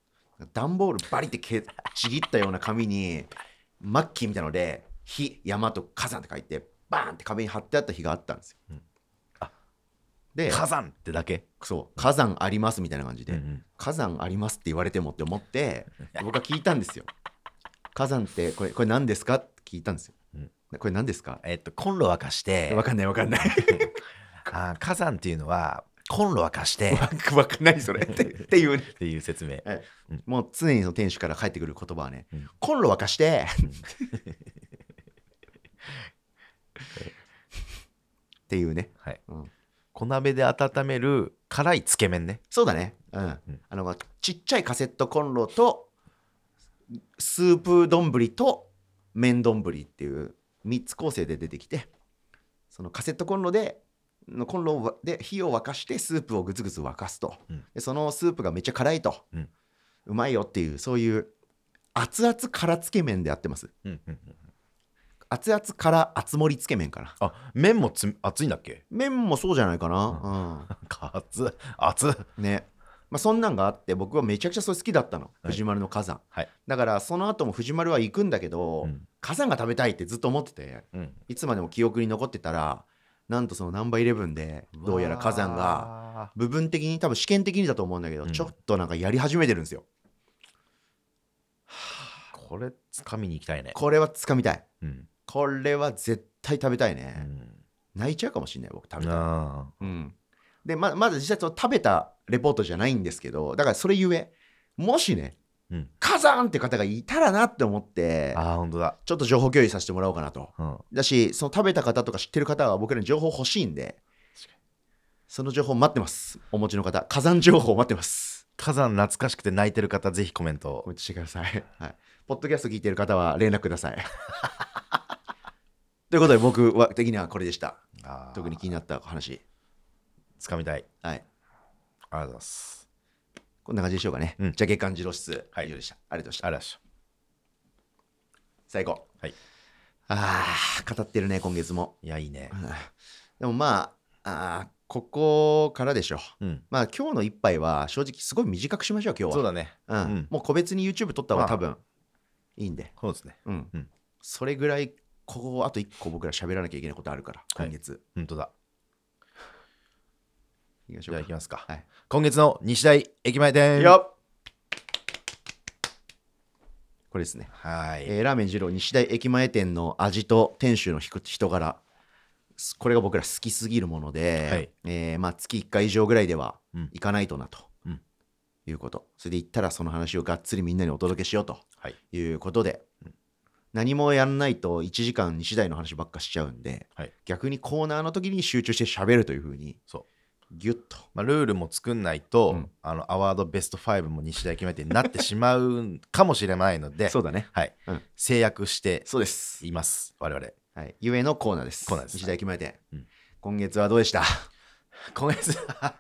S1: 段ボールバリってけちぎったような紙に マッキーみたいので「火山」と「火山」って書いてバーンって壁に貼ってあった日があったんですよ。
S2: うんあ
S1: で
S2: 火山ってだけ
S1: そう火山ありますみたいな感じで、
S2: うん
S1: 火山ありますって言われてもって思 って僕は聞いたんですよ。火山ってこれこれ何ですかって聞いたんですよ。
S2: うん
S1: これ何ですか
S2: えっとコンロ沸かして
S1: わかんないわかんない。
S2: あー火山っていうのはコンロ沸かして
S1: わくわくないそれってっていうね
S2: っていう説明
S1: もう常にその店主から返ってくる言葉はね、
S2: うん
S1: コンロ沸かして っていうね、
S2: はい
S1: うん
S2: 小鍋で温める辛いつけ麺ね
S1: そうだね、うん
S2: うん
S1: あのちっちゃいカセットコンロとスープ丼と麺丼っていう3つ構成で出てきてそのカセットコンロでのコンロをわで火を沸かしてスープをぐつぐつ沸かすと、
S2: うん
S1: でそのスープがめっちゃ辛いと、
S2: うん
S1: うまいよっていうそういう熱々辛つけ麺でやってます
S2: うんうん
S1: 熱々辛熱盛りつけ麺かな
S2: あ麺もつ熱いんだっけ
S1: 麺もそうじゃないかな、
S2: 熱熱
S1: うんねまあ、そんなんがあって僕はめちゃくちゃそれ好きだったの、
S2: い
S1: 藤丸の火山、
S2: はい
S1: だからその後も藤丸は行くんだけど、
S2: うん
S1: 火山が食べたいってずっと思ってて
S2: うん
S1: いつまでも記憶に残ってたらなんとそのナンバーイレブンでどうやら火山が
S2: が
S1: 部分的に多分試験的にだと思うんだけど、
S2: うん
S1: ちょっとなんかやり始めてるんですよ
S2: これつかみに行きたいね
S1: これはつかみたい
S2: うん
S1: これは絶対食べたいうね、
S2: ん
S1: 泣いちゃうかもしれない僕食べたら、
S2: あ
S1: うん、でままだ実際その食べたレポートじゃないんですけどだからそれゆえもしね、
S2: うん
S1: 火山って方がいたらなって思って
S2: ーあーほんとだ
S1: ちょっと情報共有させてもらおうかなと
S2: うん
S1: だしその食べた方とか知ってる方は僕らに情報欲しいんで
S2: 確か
S1: その情報待ってますお持ちの方火山情報待ってます
S2: 火山懐かしくて泣いてる方ぜひコメント
S1: コ
S2: を
S1: メントしてください、はい、ポッドキャスト聞いてる方は連絡くださいということで僕は的にはこれでした
S2: あー
S1: 特に気になった話
S2: つかみたい
S1: はい
S2: ありがとうございます
S1: こんな感じでしょうかね、
S2: うん
S1: じゃあ月間自動室、
S2: はい
S1: 以上でしたありがとうございました
S2: ありがとうございました
S1: 最高
S2: はい
S1: ああ語ってるね今月も
S2: いやいいね
S1: うんでもまああーここからでしょ
S2: うん
S1: まあ今日の一杯は正直すごい短くしましょう今日は
S2: そうだね
S1: うん
S2: うん
S1: もう個別に YouTube 撮った方が
S2: まあ
S1: 多分いいんで、
S2: そうですね
S1: うん
S2: うん
S1: それぐらいここあと一個僕ら喋らなきゃいけないことあるから
S2: はい
S1: 今月、
S2: ほんとだ
S1: い、きまし
S2: じ
S1: ょう
S2: ゃあ
S1: か
S2: 行きますか、
S1: はい
S2: 今月の西大駅前店
S1: よっこれですね
S2: はい、
S1: えーラーメン二郎西大駅前店の味と店主の人人柄すこれが僕ら好きすぎるもので、
S2: はい
S1: えーまあ、月1回以上ぐらいでは
S2: うん
S1: 行かないとなと、
S2: うん
S1: いうこと。それで行ったらその話をがっつりみんなにお届けしようと
S2: はい
S1: いうことで、何もやらないと1時間2次第の話ばっかしちゃうんで、
S2: はい
S1: 逆にコーナーの時に集中して喋るというふうに
S2: そう
S1: ギュッと
S2: まあ、ルールも作んないと、
S1: うん
S2: あのアワードベスト5も西大決めてになってしまうかもしれないので
S1: そうだね
S2: はい
S1: うん
S2: 制約して
S1: そうです、
S2: います我々
S1: はい、ゆえのコーナーです
S2: コーナーです
S1: 西大決めて、
S2: うん
S1: 今月はどうでした
S2: 今月 は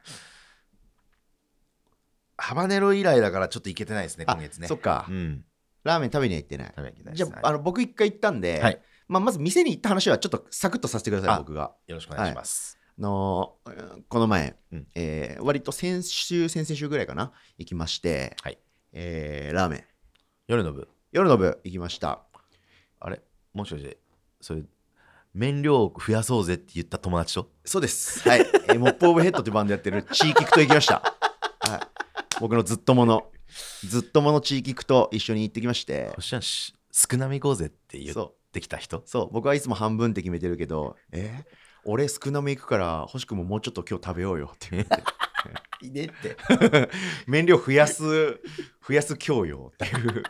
S2: ハバネロ以来だからちょっといけてないですね
S1: あ
S2: 今月 ね
S1: そっか、
S2: うん
S1: ラーメン食べには行ってない
S2: 食べには行ってない
S1: じ
S2: で
S1: ゃ
S2: す
S1: ああの僕一回行ったんで、
S2: はい
S1: まあ、まず店に行った話はちょっとサクッとさせてください
S2: あ
S1: 僕が
S2: よろしくお願いします、
S1: あのーこの前、
S2: うん
S1: えー割と先週先々週ぐらいかな行きまして、
S2: はい
S1: えーラーメン
S2: 夜の部
S1: 夜の部行きました
S2: あれもしかしてそれ麺量を増やそうぜって言った友達と
S1: そうです。はい。えーモップオブヘッドってバンドやってるチーキクと行きました。はい。僕のずっともの、ずっとものチーキクと一緒に行ってきまして
S2: そ、したらし少なめ行こうぜって言っ
S1: そ
S2: てきた人
S1: そう、僕はいつも半分って決めてるけど、えー俺少なめ行くから、欲しくももうちょっと今日食べようよって言って。
S2: いねって
S1: 麺量増やす、増やす教養っていう。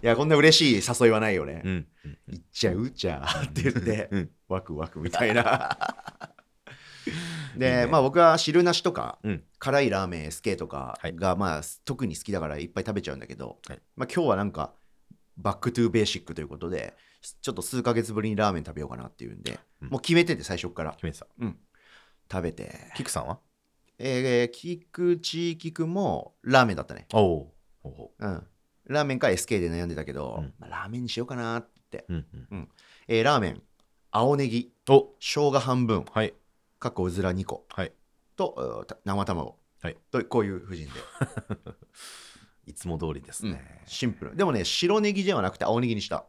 S1: いや、こんな嬉しい誘いはないよね。
S2: うん
S1: 行っちゃうじゃあって言って、
S2: うん
S1: ワクワクみたいな。
S2: い い
S1: で
S2: ね
S1: まあ僕は汁なしとか、
S2: うん
S1: 辛いラーメン SK とか
S2: はい
S1: が、まあ特に好きだからいっぱい食べちゃうんだけど、
S2: はい
S1: まあ今日はなんかバックトゥーベーシックということでちょっと数ヶ月ぶりにラーメン食べようかなっていうんで、
S2: うん
S1: もう決めてて最初から
S2: 決めてた
S1: 食べて、
S2: キクさんは
S1: えー、菊池菊もラーメンだったね
S2: おおおお
S1: うんラーメンか SK で悩んでたけど、
S2: うん
S1: まあラーメンにしようかなって、
S2: うんうん
S1: えーラーメン青ネギ
S2: お
S1: 生姜半分
S2: はい
S1: かっこうずら2個
S2: はい
S1: とうーた生卵、
S2: はい
S1: とこういう布陣で、
S2: いつも通りです
S1: うん
S2: ね、
S1: シンプルでもね白ネギではなくて青ネギに した、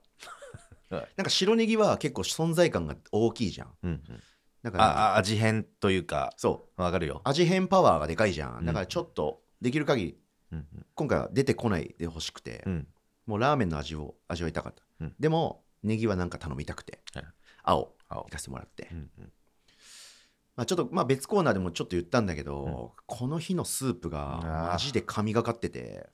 S2: はい
S1: なんか白ネギは結構存在感が大きいじゃん
S2: うんうん
S1: だから、
S2: ああ味変というか
S1: そう
S2: わかるよ、
S1: 味変パワーがでかいじゃ
S2: うんん
S1: だからちょっとできる限り
S2: うん
S1: 今回は出てこないでほしくて、
S2: うん、
S1: もうラーメンの味を味わいたかった、
S2: うん
S1: でもネギはなんか頼みたくて、
S2: はい
S1: 青
S2: 青
S1: 行かせてもらって、
S2: うんうん
S1: まあ、ちょっとまあ別コーナーでもちょっと言ったんだけど、この日のスープがマジで神がかってて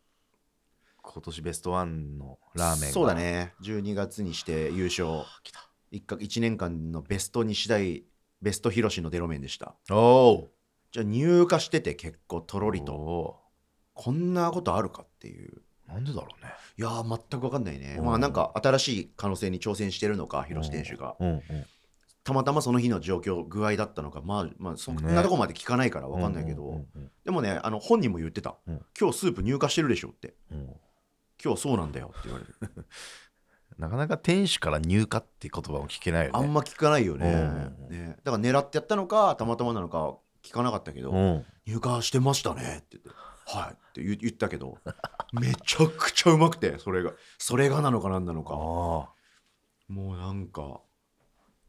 S2: 今年ベストワンのラーメンが
S1: そうだね12月にして優勝
S2: あ来た
S1: 1, か一年間のベストに次第ベストヒロシのデロ麺でした
S2: おお
S1: じゃあ入荷してて結構とろりと
S2: と
S1: こんなことあるかっていう
S2: なんでだろうね
S1: いやー全く分かんないね
S2: うん
S1: まあなんか新しい可能性に挑戦してるのかヒロシ店主が
S2: うんうん
S1: たまたまその日の状況具合だったのかまあまあそんなとこまで聞かないから分かんないけど、
S2: うんうん
S1: でもねあの本人も言ってた、
S2: うん
S1: 今日スープ入荷してるでしょ」って
S2: うんうん
S1: 「今日そうなんだよ」って言われる
S2: なかなか店主から入荷って言葉も聞けないよね
S1: あんま聞かないよね,、
S2: うん
S1: ねだから狙ってやったのかたまたまなのか聞かなかったけど、
S2: うん
S1: 入荷してましたねって言って「はい」って言言ったけど めちゃくちゃうまくてそれがそれがなのかなんなの
S2: あ
S1: か
S2: あ
S1: もうなんか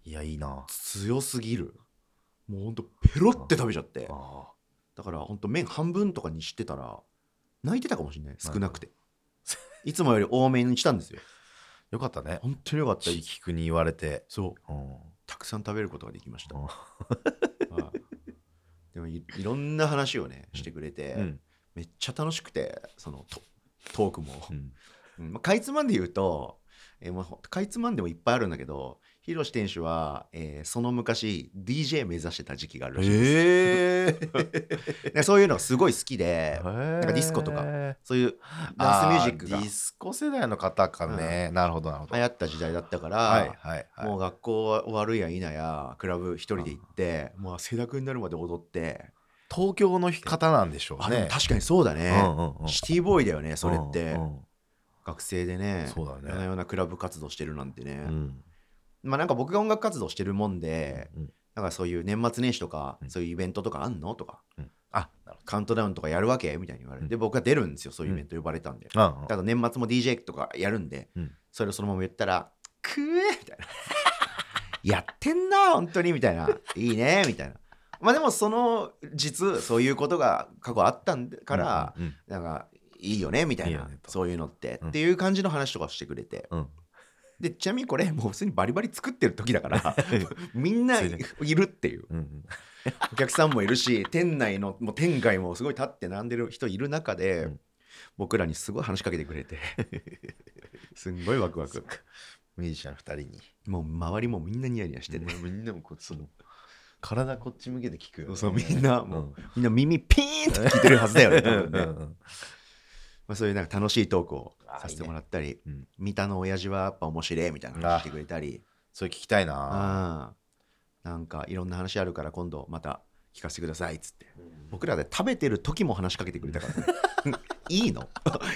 S2: いやいいな
S1: 強すぎるもうほんとペロって食べちゃって
S2: あ
S1: だからほんと麺半分とかにしてたら泣いてたかもしれない少なくていつもより多めにしたんですよ
S2: よかったね
S1: 本当によかった
S2: 地域君に言われて
S1: そう
S2: うん
S1: たくさん食べることができました、
S2: うん
S1: はいでもいいろんな話をねしてくれて、
S2: うん
S1: めっちゃ楽しくてそのトトークも、
S2: うん
S1: うんまあ、かいつまんで言うと、えーまあほんとかいつまんでもいっぱいあるんだけどひろし店主は、えーその昔 DJ 目指してた時期があるらしいです、
S2: ええ
S1: でそういうのがすごい好きで
S2: なん
S1: かディスコとかそういうダンスミュージックが
S2: ディスコ世代の方かね、なるほどなるほど
S1: 流行った時代だったから、
S2: はいはいはい
S1: もう学校終わるや否やクラブ一人で行ってもう汗だくになるまで踊って
S2: 東京の方なんでしょう
S1: あでも
S2: ね
S1: 確かにそうだね、
S2: うんうんうん
S1: シティボーイだよねそれって、
S2: うんうん
S1: 学生でね
S2: そうだね
S1: 夜な夜なクラブ活動してるなんてね、
S2: うん
S1: まあなんか僕が音楽活動してるもんで
S2: うん
S1: なんかそういう年末年始とか、
S2: うん
S1: そういうイベントとかあんのとか
S2: あなる
S1: カウントダウンとかやるわけみたいに言われて、で僕が出るんですよそういうイベント呼ばれたんで、
S2: ほど
S1: ただ年末も DJ とかやるんで、
S2: うん
S1: それをそのまま言ったら「くえ!」みたいな 「やってんな本当に」みたいな「いいね」みたいなまあでもその実そういうことが過去あったんでから、
S2: うんうん
S1: なんかいいよねみたい
S2: いい
S1: な
S2: よねと
S1: そういうのって、
S2: うん
S1: っていう感じの話とかをしてくれて
S2: うん
S1: でちなみにこれもう普通にバリバリ作ってる時だから みんないるっていう
S2: うん
S1: お客さんもいるし店内のもう店外もすごい立って並んでる人いる中で、
S2: うん
S1: 僕らにすごい話しかけてくれてすんごいワクワク
S2: ミュージシャン2人に。
S1: もう周りもみんなニヤニヤしてて、
S2: みんなもこっちの体こっち向けて聞くよね、
S1: そうみんな
S2: うん
S1: もう、みんな耳ピーンって聞いてるはずだよね多分ね
S2: うんうんうん
S1: まあ、そういうなんか楽しいトークを
S2: あー
S1: させてもらったり
S2: いいねうん
S1: 三田の親父はやっぱ面白いみたいな話してくれたり
S2: それ聞きたいな。
S1: うんなんかいろんな話あるから今度また聞かせてくださいっつって
S2: うん
S1: 僕らで食べてる時も話しかけてくれたからね いいの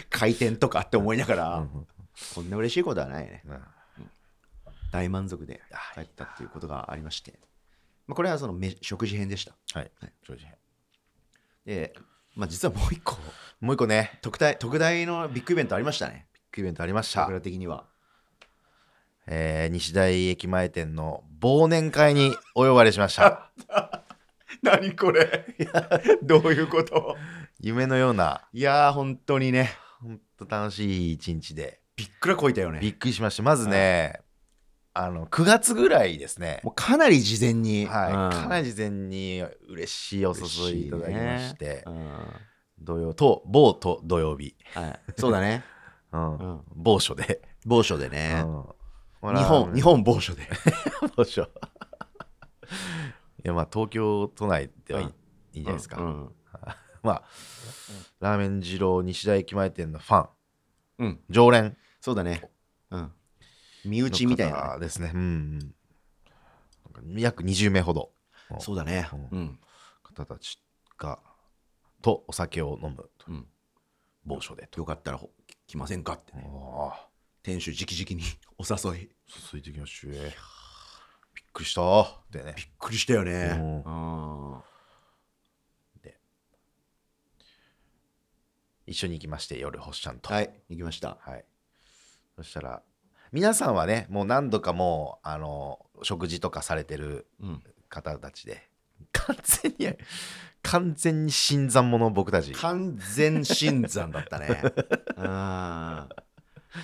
S1: 回転とかって思いながら、
S2: うん
S1: こんな嬉しいことはないね
S2: うん
S1: 大満足で
S2: あ
S1: 帰ったっていうことがありまして、まあ、これはそのめ食事編でした
S2: はい
S1: はい、
S2: 正直
S1: で、まあ、実はもう一個
S2: もう一個ね、
S1: 特大特大のビッグイベントありましたね
S2: イベントありました
S1: 僕。ら的には
S2: えー、西大駅前店の忘年会にお呼ばれしました。
S1: 何これどういうこと
S2: 夢のような、
S1: いやー本当にね
S2: ほんと楽しい一日で、
S1: びっくらこいたよね
S2: びっくりしました。まずね、あの、9月ぐらいですね。
S1: もうかなり事前に
S2: はい、かな
S1: り
S2: り事前に嬉しいお誘いいただきまして、
S1: は
S2: 土曜と某と土曜日、
S1: い、そうだね、
S2: うん
S1: うん、
S2: 某所で、
S1: 某所で
S2: う
S1: ね、
S2: ん
S1: 日本日本某所で
S2: 某所いやまあ東京都内ではいい,、
S1: うん
S2: いいんじゃないですか、
S1: うん
S2: まあラーメン二郎西大駅前店のファン
S1: うん
S2: 常連
S1: そうだね、うん、身内みたい
S2: の
S1: な
S2: 方ですねうんうん、なんか約20名ほど
S1: ねそうだね
S2: う
S1: うん、
S2: 方たちがとお酒を飲むと
S1: うん、
S2: 某所でと
S1: よかったらほ来ませんかって、ね、
S2: ああ
S1: 店主直々に お誘いびっ
S2: 続いてきましょうびっくりしたーでね
S1: くりしたよね
S2: うん
S1: あ
S2: 一緒に行きまして夜星ちゃんと
S1: ーはい行きました
S2: はいそしたら皆さんはねもう何度かもうあの食事とかされてる
S1: うん
S2: 方たちで完全に完全に新参者僕たち
S1: 完全新山だった ね。うん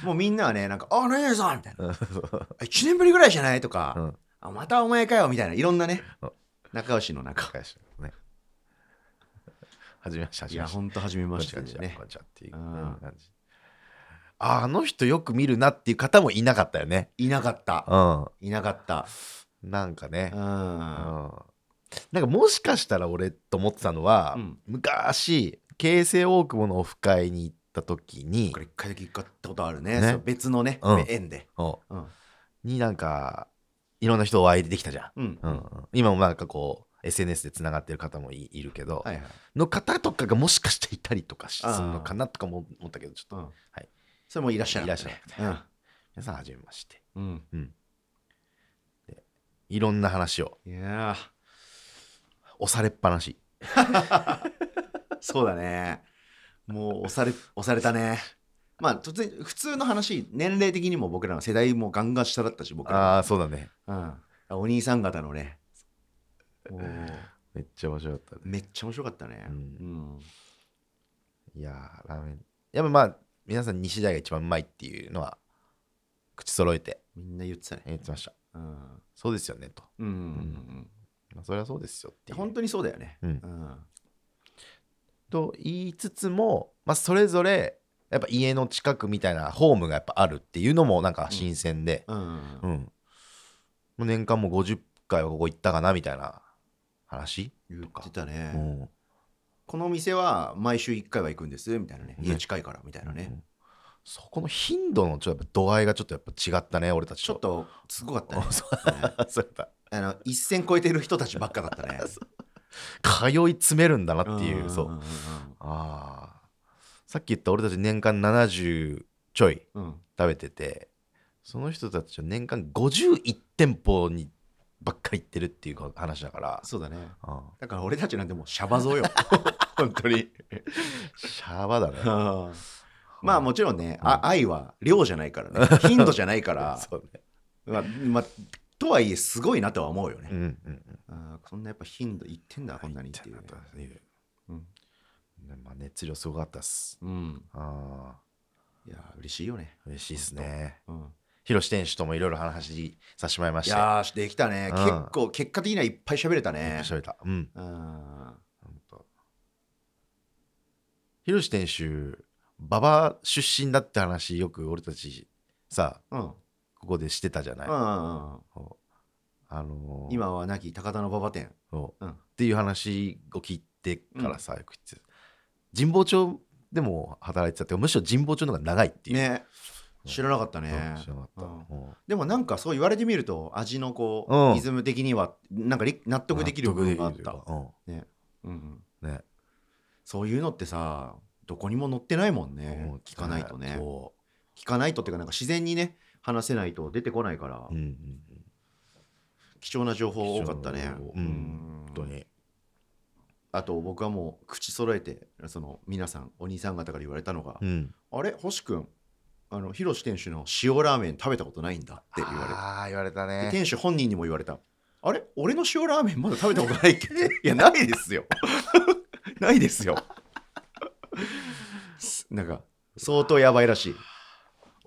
S1: もうみんなはね、なんか、あ、何々さんみたいな。
S2: うん
S1: 1年ぶりぐらいじゃないとか、
S2: うん
S1: あ、またお前かよみたいな、いろんなね
S2: うん、
S1: 仲良しの中。
S2: 返してね始めました
S1: い
S2: 始め
S1: や、
S2: ました
S1: ほんと初め
S2: こん
S1: ま
S2: に
S1: し
S2: ち
S1: て
S2: は
S1: で
S2: こんにちは
S1: ね
S2: こん。にちはっていう
S1: う
S2: うんん感じああの人よく見るなっていう方もいなかったよね
S1: いなかった。
S2: うん
S1: いなかった。
S2: なんかね
S1: うん。
S2: なんかもしかしたら俺と思ってたのは、
S1: うん
S2: 昔京成大久保のオフ会に行った時に
S1: これ一回だけ買ったことあるね。
S2: ね
S1: そう別のね
S2: うん、
S1: 縁で。
S2: お
S1: うん。
S2: になんかいろんな人お会いできたじゃ
S1: うん。
S2: ん、うん今もなんかこう SNS でつながってる方もいいるけど、
S1: はいはい。
S2: の方とかがもしかしていたりとかしす
S1: あー
S2: るのかなとかも思ったけどちょっと、
S1: うん
S2: はい。
S1: それもいらっしゃる。
S2: いらっしゃらなくて
S1: うん。
S2: 皆さんはじめまして
S1: うん。
S2: いろんな話を
S1: いやー。
S2: 押されっぱなし
S1: そうだね。もう押さ れ、押されたね。まあ、突然、普通の話、年齢的にも僕らの世代もガンガン下だったし、僕ら。
S2: ああそうだね
S1: うん。お兄さん方のね。もう
S2: めっちゃ面白かったね
S1: めっちゃ面白かったね。
S2: う
S1: うんん。
S2: いやーラーメンやっぱまあ皆さん西大が一番うまいっていうのは口揃えて
S1: みんな言ってたね。
S2: 言ってました
S1: うん。
S2: そうですよねと、
S1: うんうんうん
S2: まあ、それはそうですよっ
S1: う
S2: て
S1: ん。
S2: いう
S1: 本当にそうだよね。
S2: うん
S1: うん。
S2: と言いつつも、まあ、それぞれやっぱ家の近くみたいなホームがやっぱあるっていうのもなんか新鮮で、
S1: うん
S2: うんもう年間もう50回はここ行ったかなみたいな話、
S1: 言ってた
S2: う
S1: ね。
S2: ん
S1: この店は毎週1回は行くんです、みたいなね。
S2: ね
S1: 家近いから、みたいなね。
S2: そこの頻度のちょっとやっぱ度合いがちょっとやっぱ違ったね俺たち。
S1: ちょっと、すごかったね
S2: そう
S1: うん
S2: そうやった
S1: あの一線超えてる人たちばっかだったね。
S2: 通い詰めるんだなってい
S1: んん
S2: うんそうああさっき言った俺たち年間70ちょい
S1: うんうん。
S2: 食べててその人たちは年間51店舗にばっかり行ってるっていう話だから
S1: そうだね。
S2: あ
S1: だから俺たちなんてもうシャバ像よ。本当に。
S2: あシャバだね
S1: まあもちろんね、あ愛は量じゃないからね。頻度じゃないか ら。
S2: そうね
S1: まあまあとはいえ、すごいなとは思うよ
S2: うん
S1: ね。
S2: うんうん
S1: あーそんなやっぱ頻度いってんだ、こんなにっていうね。
S2: いう
S1: うん
S2: ねまあ熱量すごかったっす
S1: うん。
S2: ああ
S1: いや、嬉しいよね。
S2: 嬉しいっすね
S1: うん。
S2: 広志店主ともいろいろ話しさせてもらいま
S1: い
S2: して
S1: やー、できたね。
S2: うん
S1: 結構、結果的にはいっぱい喋れたね。
S2: 喋れたうん
S1: うん。
S2: 広志店主馬場出身だって話よく俺たちさ
S1: うん。
S2: ここでしてたじゃない、
S1: うんうん
S2: あのー
S1: 今は亡き高田の馬場店。
S2: そう
S1: うん
S2: っていう話を聞いてからさ、よく言ってた神保町でも働いてたっていうかむしろ神保町の方が長いっていう、
S1: ね。知らなかった
S2: うん
S1: ね。
S2: 知らなかった、
S1: う
S2: うん
S1: でもなんかそう言われてみると、味のこ
S2: う
S1: う、
S2: ん
S1: リズム的には、なんかり納得できる部分があっ
S2: 納得できる
S1: た。
S2: というか
S1: うんうん
S2: うんね
S1: そういうのってさ、どこにも載ってないもんね
S2: うん。
S1: 聞かないとね。
S2: そ
S1: 聞かないとっていうか、なんか自然にね、話せないと出てこないから
S2: う、うんうんうん
S1: 貴重な情報多かった
S2: 貴
S1: ね
S2: 重な情。報
S1: う
S2: うん本当に
S1: あと僕はもう口揃えてその皆さんお兄さん方から言われたのが
S2: うん
S1: 「あれ星くんあの広志店主の塩ラーメン食べたことないんだ」って言われ
S2: ああ言われた
S1: てで
S2: ね
S1: 店主本人にも言われた「あれ俺の塩ラーメンまだ食べたことない っけいやないですよ ないですよ すなんか相当やばいらしい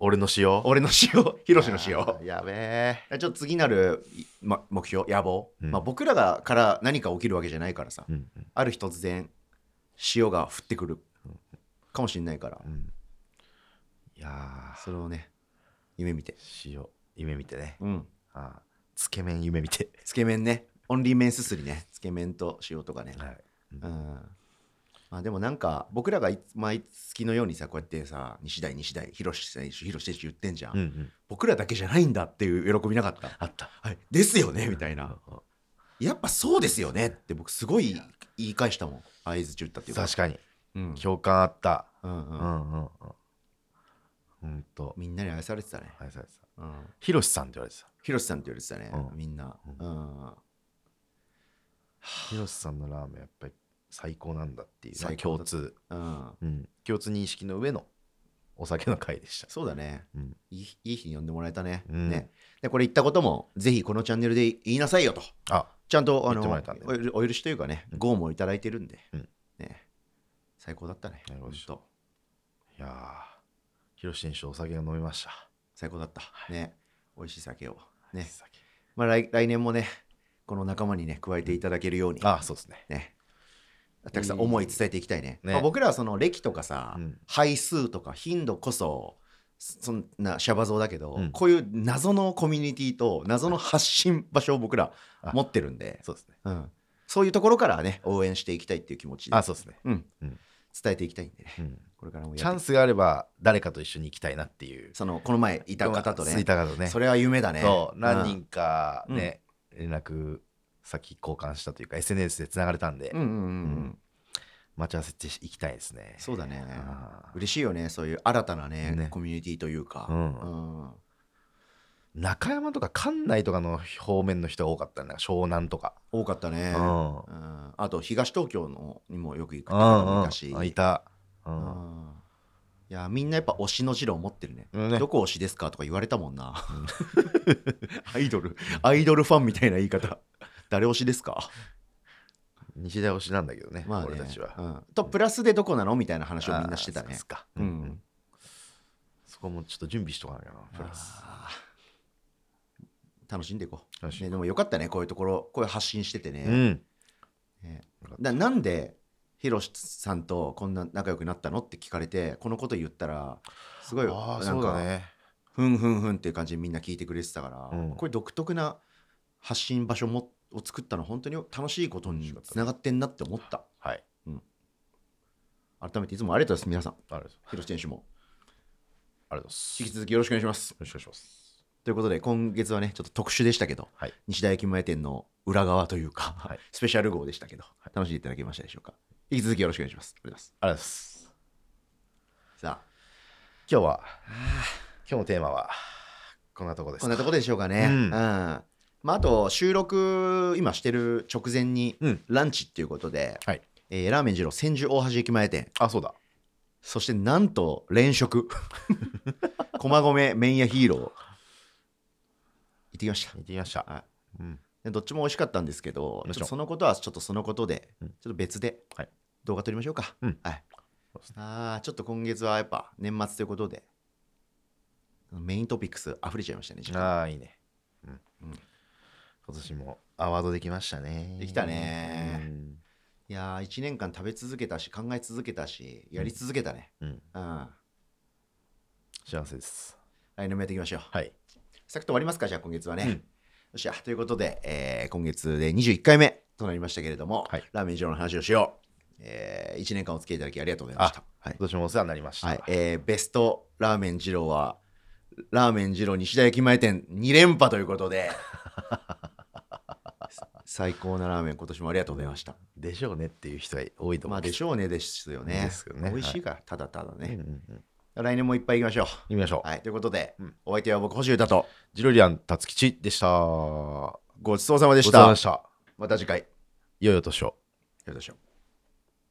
S2: 俺の塩
S1: 俺の塩広志の塩
S2: あーやべえ
S1: ちょっと次なる、ま、目標野望、
S2: うん
S1: まあ、僕らがから何か起きるわけじゃないからさ
S2: うん
S1: ある日突然潮が降ってくるかもしれないから
S2: うんいや
S1: それをね夢見て
S2: ー塩夢見てね
S1: うん
S2: あーつけ麺夢 見て
S1: つけ麺ねオンリー麺すすりねつけ麺と塩とかね
S2: はい
S1: うんまあでもなんか僕らがいつ毎月のようにさこうやってさ西大西大広志選手広志選手言ってんじゃん、
S2: うんうん
S1: 僕らだけじゃないんだっていう喜びなかった
S2: あった
S1: はいですよねみたいなやっぱそうですよねって僕すごい言い返したもん合図中ったっていうか
S2: 確かに
S1: うん
S2: 共感あった
S1: うん
S2: う
S1: うんん
S2: うんうんうんと
S1: みんなに愛されてたね、
S2: はいさいさ
S1: うん
S2: ひろしさんって言われてた
S1: ひろしさんって言われてたね、
S2: うん
S1: みんな、う
S2: うんひろしさんのラーメンやっぱり最高なんだっていうまあ
S1: 最高
S2: 共
S1: だ
S2: 通
S1: うん
S2: うん共通認識の上のお酒の会でした
S1: そうだね、
S2: うん
S1: いいいい日に呼んでもらえたね,、
S2: うん
S1: ねでこれ言ったこともぜひこのチャンネルで言いなさいよと
S2: あ
S1: ちゃんとあの
S2: 言ってもらえたんで
S1: お許お許しというかね、ゴーもいただいてるんで、
S2: うん
S1: ね、最高だったね
S2: なるほど
S1: ほんと
S2: いやーひろし選手お酒が飲みました
S1: 最高だった、ね美味しい酒をね、
S2: 酒
S1: まあ、来来年もねこの仲間にね加えていただけるように、
S2: あそうですね
S1: ねたくさん思い伝えていきたいね。
S2: ね
S1: まあ僕らはその歴とかさ、
S2: うん
S1: 配数とか頻度こそそそんなシャバ像だけど、
S2: うん
S1: こういう謎のコミュニティと謎の発信場所を僕ら持ってるんで、
S2: そうですね
S1: うん、そういうところからね応援していきたいっていう気持ちで、
S2: あそうですね、
S1: うん
S2: うん
S1: 伝えていきたいんでね
S2: うん、
S1: これからもやって
S2: チャンスがあれば誰かと一緒に行きたいなっていう
S1: そのこの前いた方とね
S2: いた方とね
S1: それは夢だね。
S2: そう
S1: うん
S2: 何人か
S1: うん
S2: ね、連絡先交換したというか SNS でつながれたんで、
S1: うんうんうんう
S2: うんん待ち合わせていきたいですね
S1: そうだね
S2: あー
S1: 嬉しいよねそういう新たなね
S2: ね
S1: コミュニティというか、
S2: う
S1: う
S2: ん
S1: ん
S2: 中山とか関内とかの方面の人が多かったね湘南とか、
S1: 多かったね。
S2: うん
S1: うんあと東東京のにもよく行く
S2: う
S1: 方もいう
S2: ん
S1: た
S2: ん
S1: し、
S2: あいた、う
S1: うんんいやみんなやっぱ推しの字を持ってるね。
S2: うんね
S1: どこ推しですかとか言われたもんな。アイドル、アイドルファンみたいな言い方。誰推しですか
S2: 西大推しなんだけどね,、
S1: まあね、
S2: 俺たちは、
S1: うんと、プラスでどこなのみたいな話をみんなしてた
S2: あーそう
S1: ね
S2: っす。か、
S1: う
S2: うん
S1: ん。
S2: そこもちょっと準備しとかなきゃなプラス
S1: あー楽しんでいこう。
S2: 楽しんで
S1: ね、
S2: いこう
S1: でもよかったね、こういうところ、こういう発信しててね。
S2: うん
S1: ねだなんでヒロシさんとこんな仲良くなったのって聞かれてこのこと言ったらすごい
S2: あ
S1: なん
S2: あ
S1: か
S2: そうだね
S1: ふんふんふんっていう感じでみんな聞いてくれてたから、
S2: うん
S1: これ独特な発信場所もを作ったの本当に楽しいことにつながってんなって思った
S2: はい
S1: 改めていつもありがとうございます皆さん
S2: ありがとうございます
S1: ヒロシ選手も
S2: ありがとうございます
S1: 引
S2: よ
S1: き続きよろしくお願いします
S2: ろしくお願いします
S1: ということで今月はねちょっと特殊でしたけど、
S2: はい
S1: 西大駅前店の裏側というか、
S2: はい
S1: スペシャル号でしたけど楽しんでいただけましたでしょうか引き続きよろしくお願いしますありがとうございます
S2: ありがとうございます
S1: さあ
S2: 今日は今日のテーマはこんなとこです
S1: こんなとこでしょうかね。う
S2: うんん
S1: まあ、あと、収録、今してる直前に
S2: うん、
S1: ランチっていうことで、
S2: はい
S1: えーラーメン二郎千住大橋駅前店、
S2: あそうだ
S1: そしてなんと、連 食。駒込麺屋ヒーロー。行ってきました
S2: 行ってきました
S1: はい
S2: うん
S1: で。どっちも美味しかったんですけど、
S2: もちろん
S1: ちょっとそのことはちょっとそのことで、
S2: うん
S1: ちょっと別で
S2: はい
S1: 動画撮りましょうか。
S2: うん
S1: はい
S2: そうですね
S1: あーちょっと今月はやっぱ年末ということで、メイントピックス溢れちゃいましたね時間
S2: ああいいね、うん
S1: うん
S2: 今年もアワードできましたね
S1: できたね
S2: うん
S1: いやー1年間食べ続けたし考え続けたしやり続けたね
S2: うん
S1: うん、
S2: 幸せです
S1: 来年もやっていきましょう
S2: はい
S1: サクッと終わりますかじゃあ今月はね、
S2: うん
S1: よっしゃということで、えー今月で21回目となりましたけれども、
S2: はい
S1: ラーメン以上の話をしよう、え1年間お付き合いいただきありがとうございましたはい
S2: 今年もお世話になりました、
S1: はいえーベストラーメン二郎はラーメン二郎西田駅前店2連覇ということ で最高なラーメン今年もありがとうございました
S2: でしょうねっていう人は多いと
S1: ま
S2: 思
S1: あ
S2: う
S1: でしょうねですよね
S2: ですよね
S1: 美味しいから、ただただ
S2: うん
S1: ね
S2: う、んうん行
S1: 来年もいっぱい行きましょ
S2: きましょ
S1: う
S2: う、
S1: はいということで、
S2: うん
S1: お相手は僕星歌と
S2: ジロリアン辰吉でしたご
S1: ごちそうさまで
S2: ち
S1: し
S2: そ
S1: た
S2: うさまでした
S1: また次回よ
S2: 良いお年を
S1: ろしくお願いします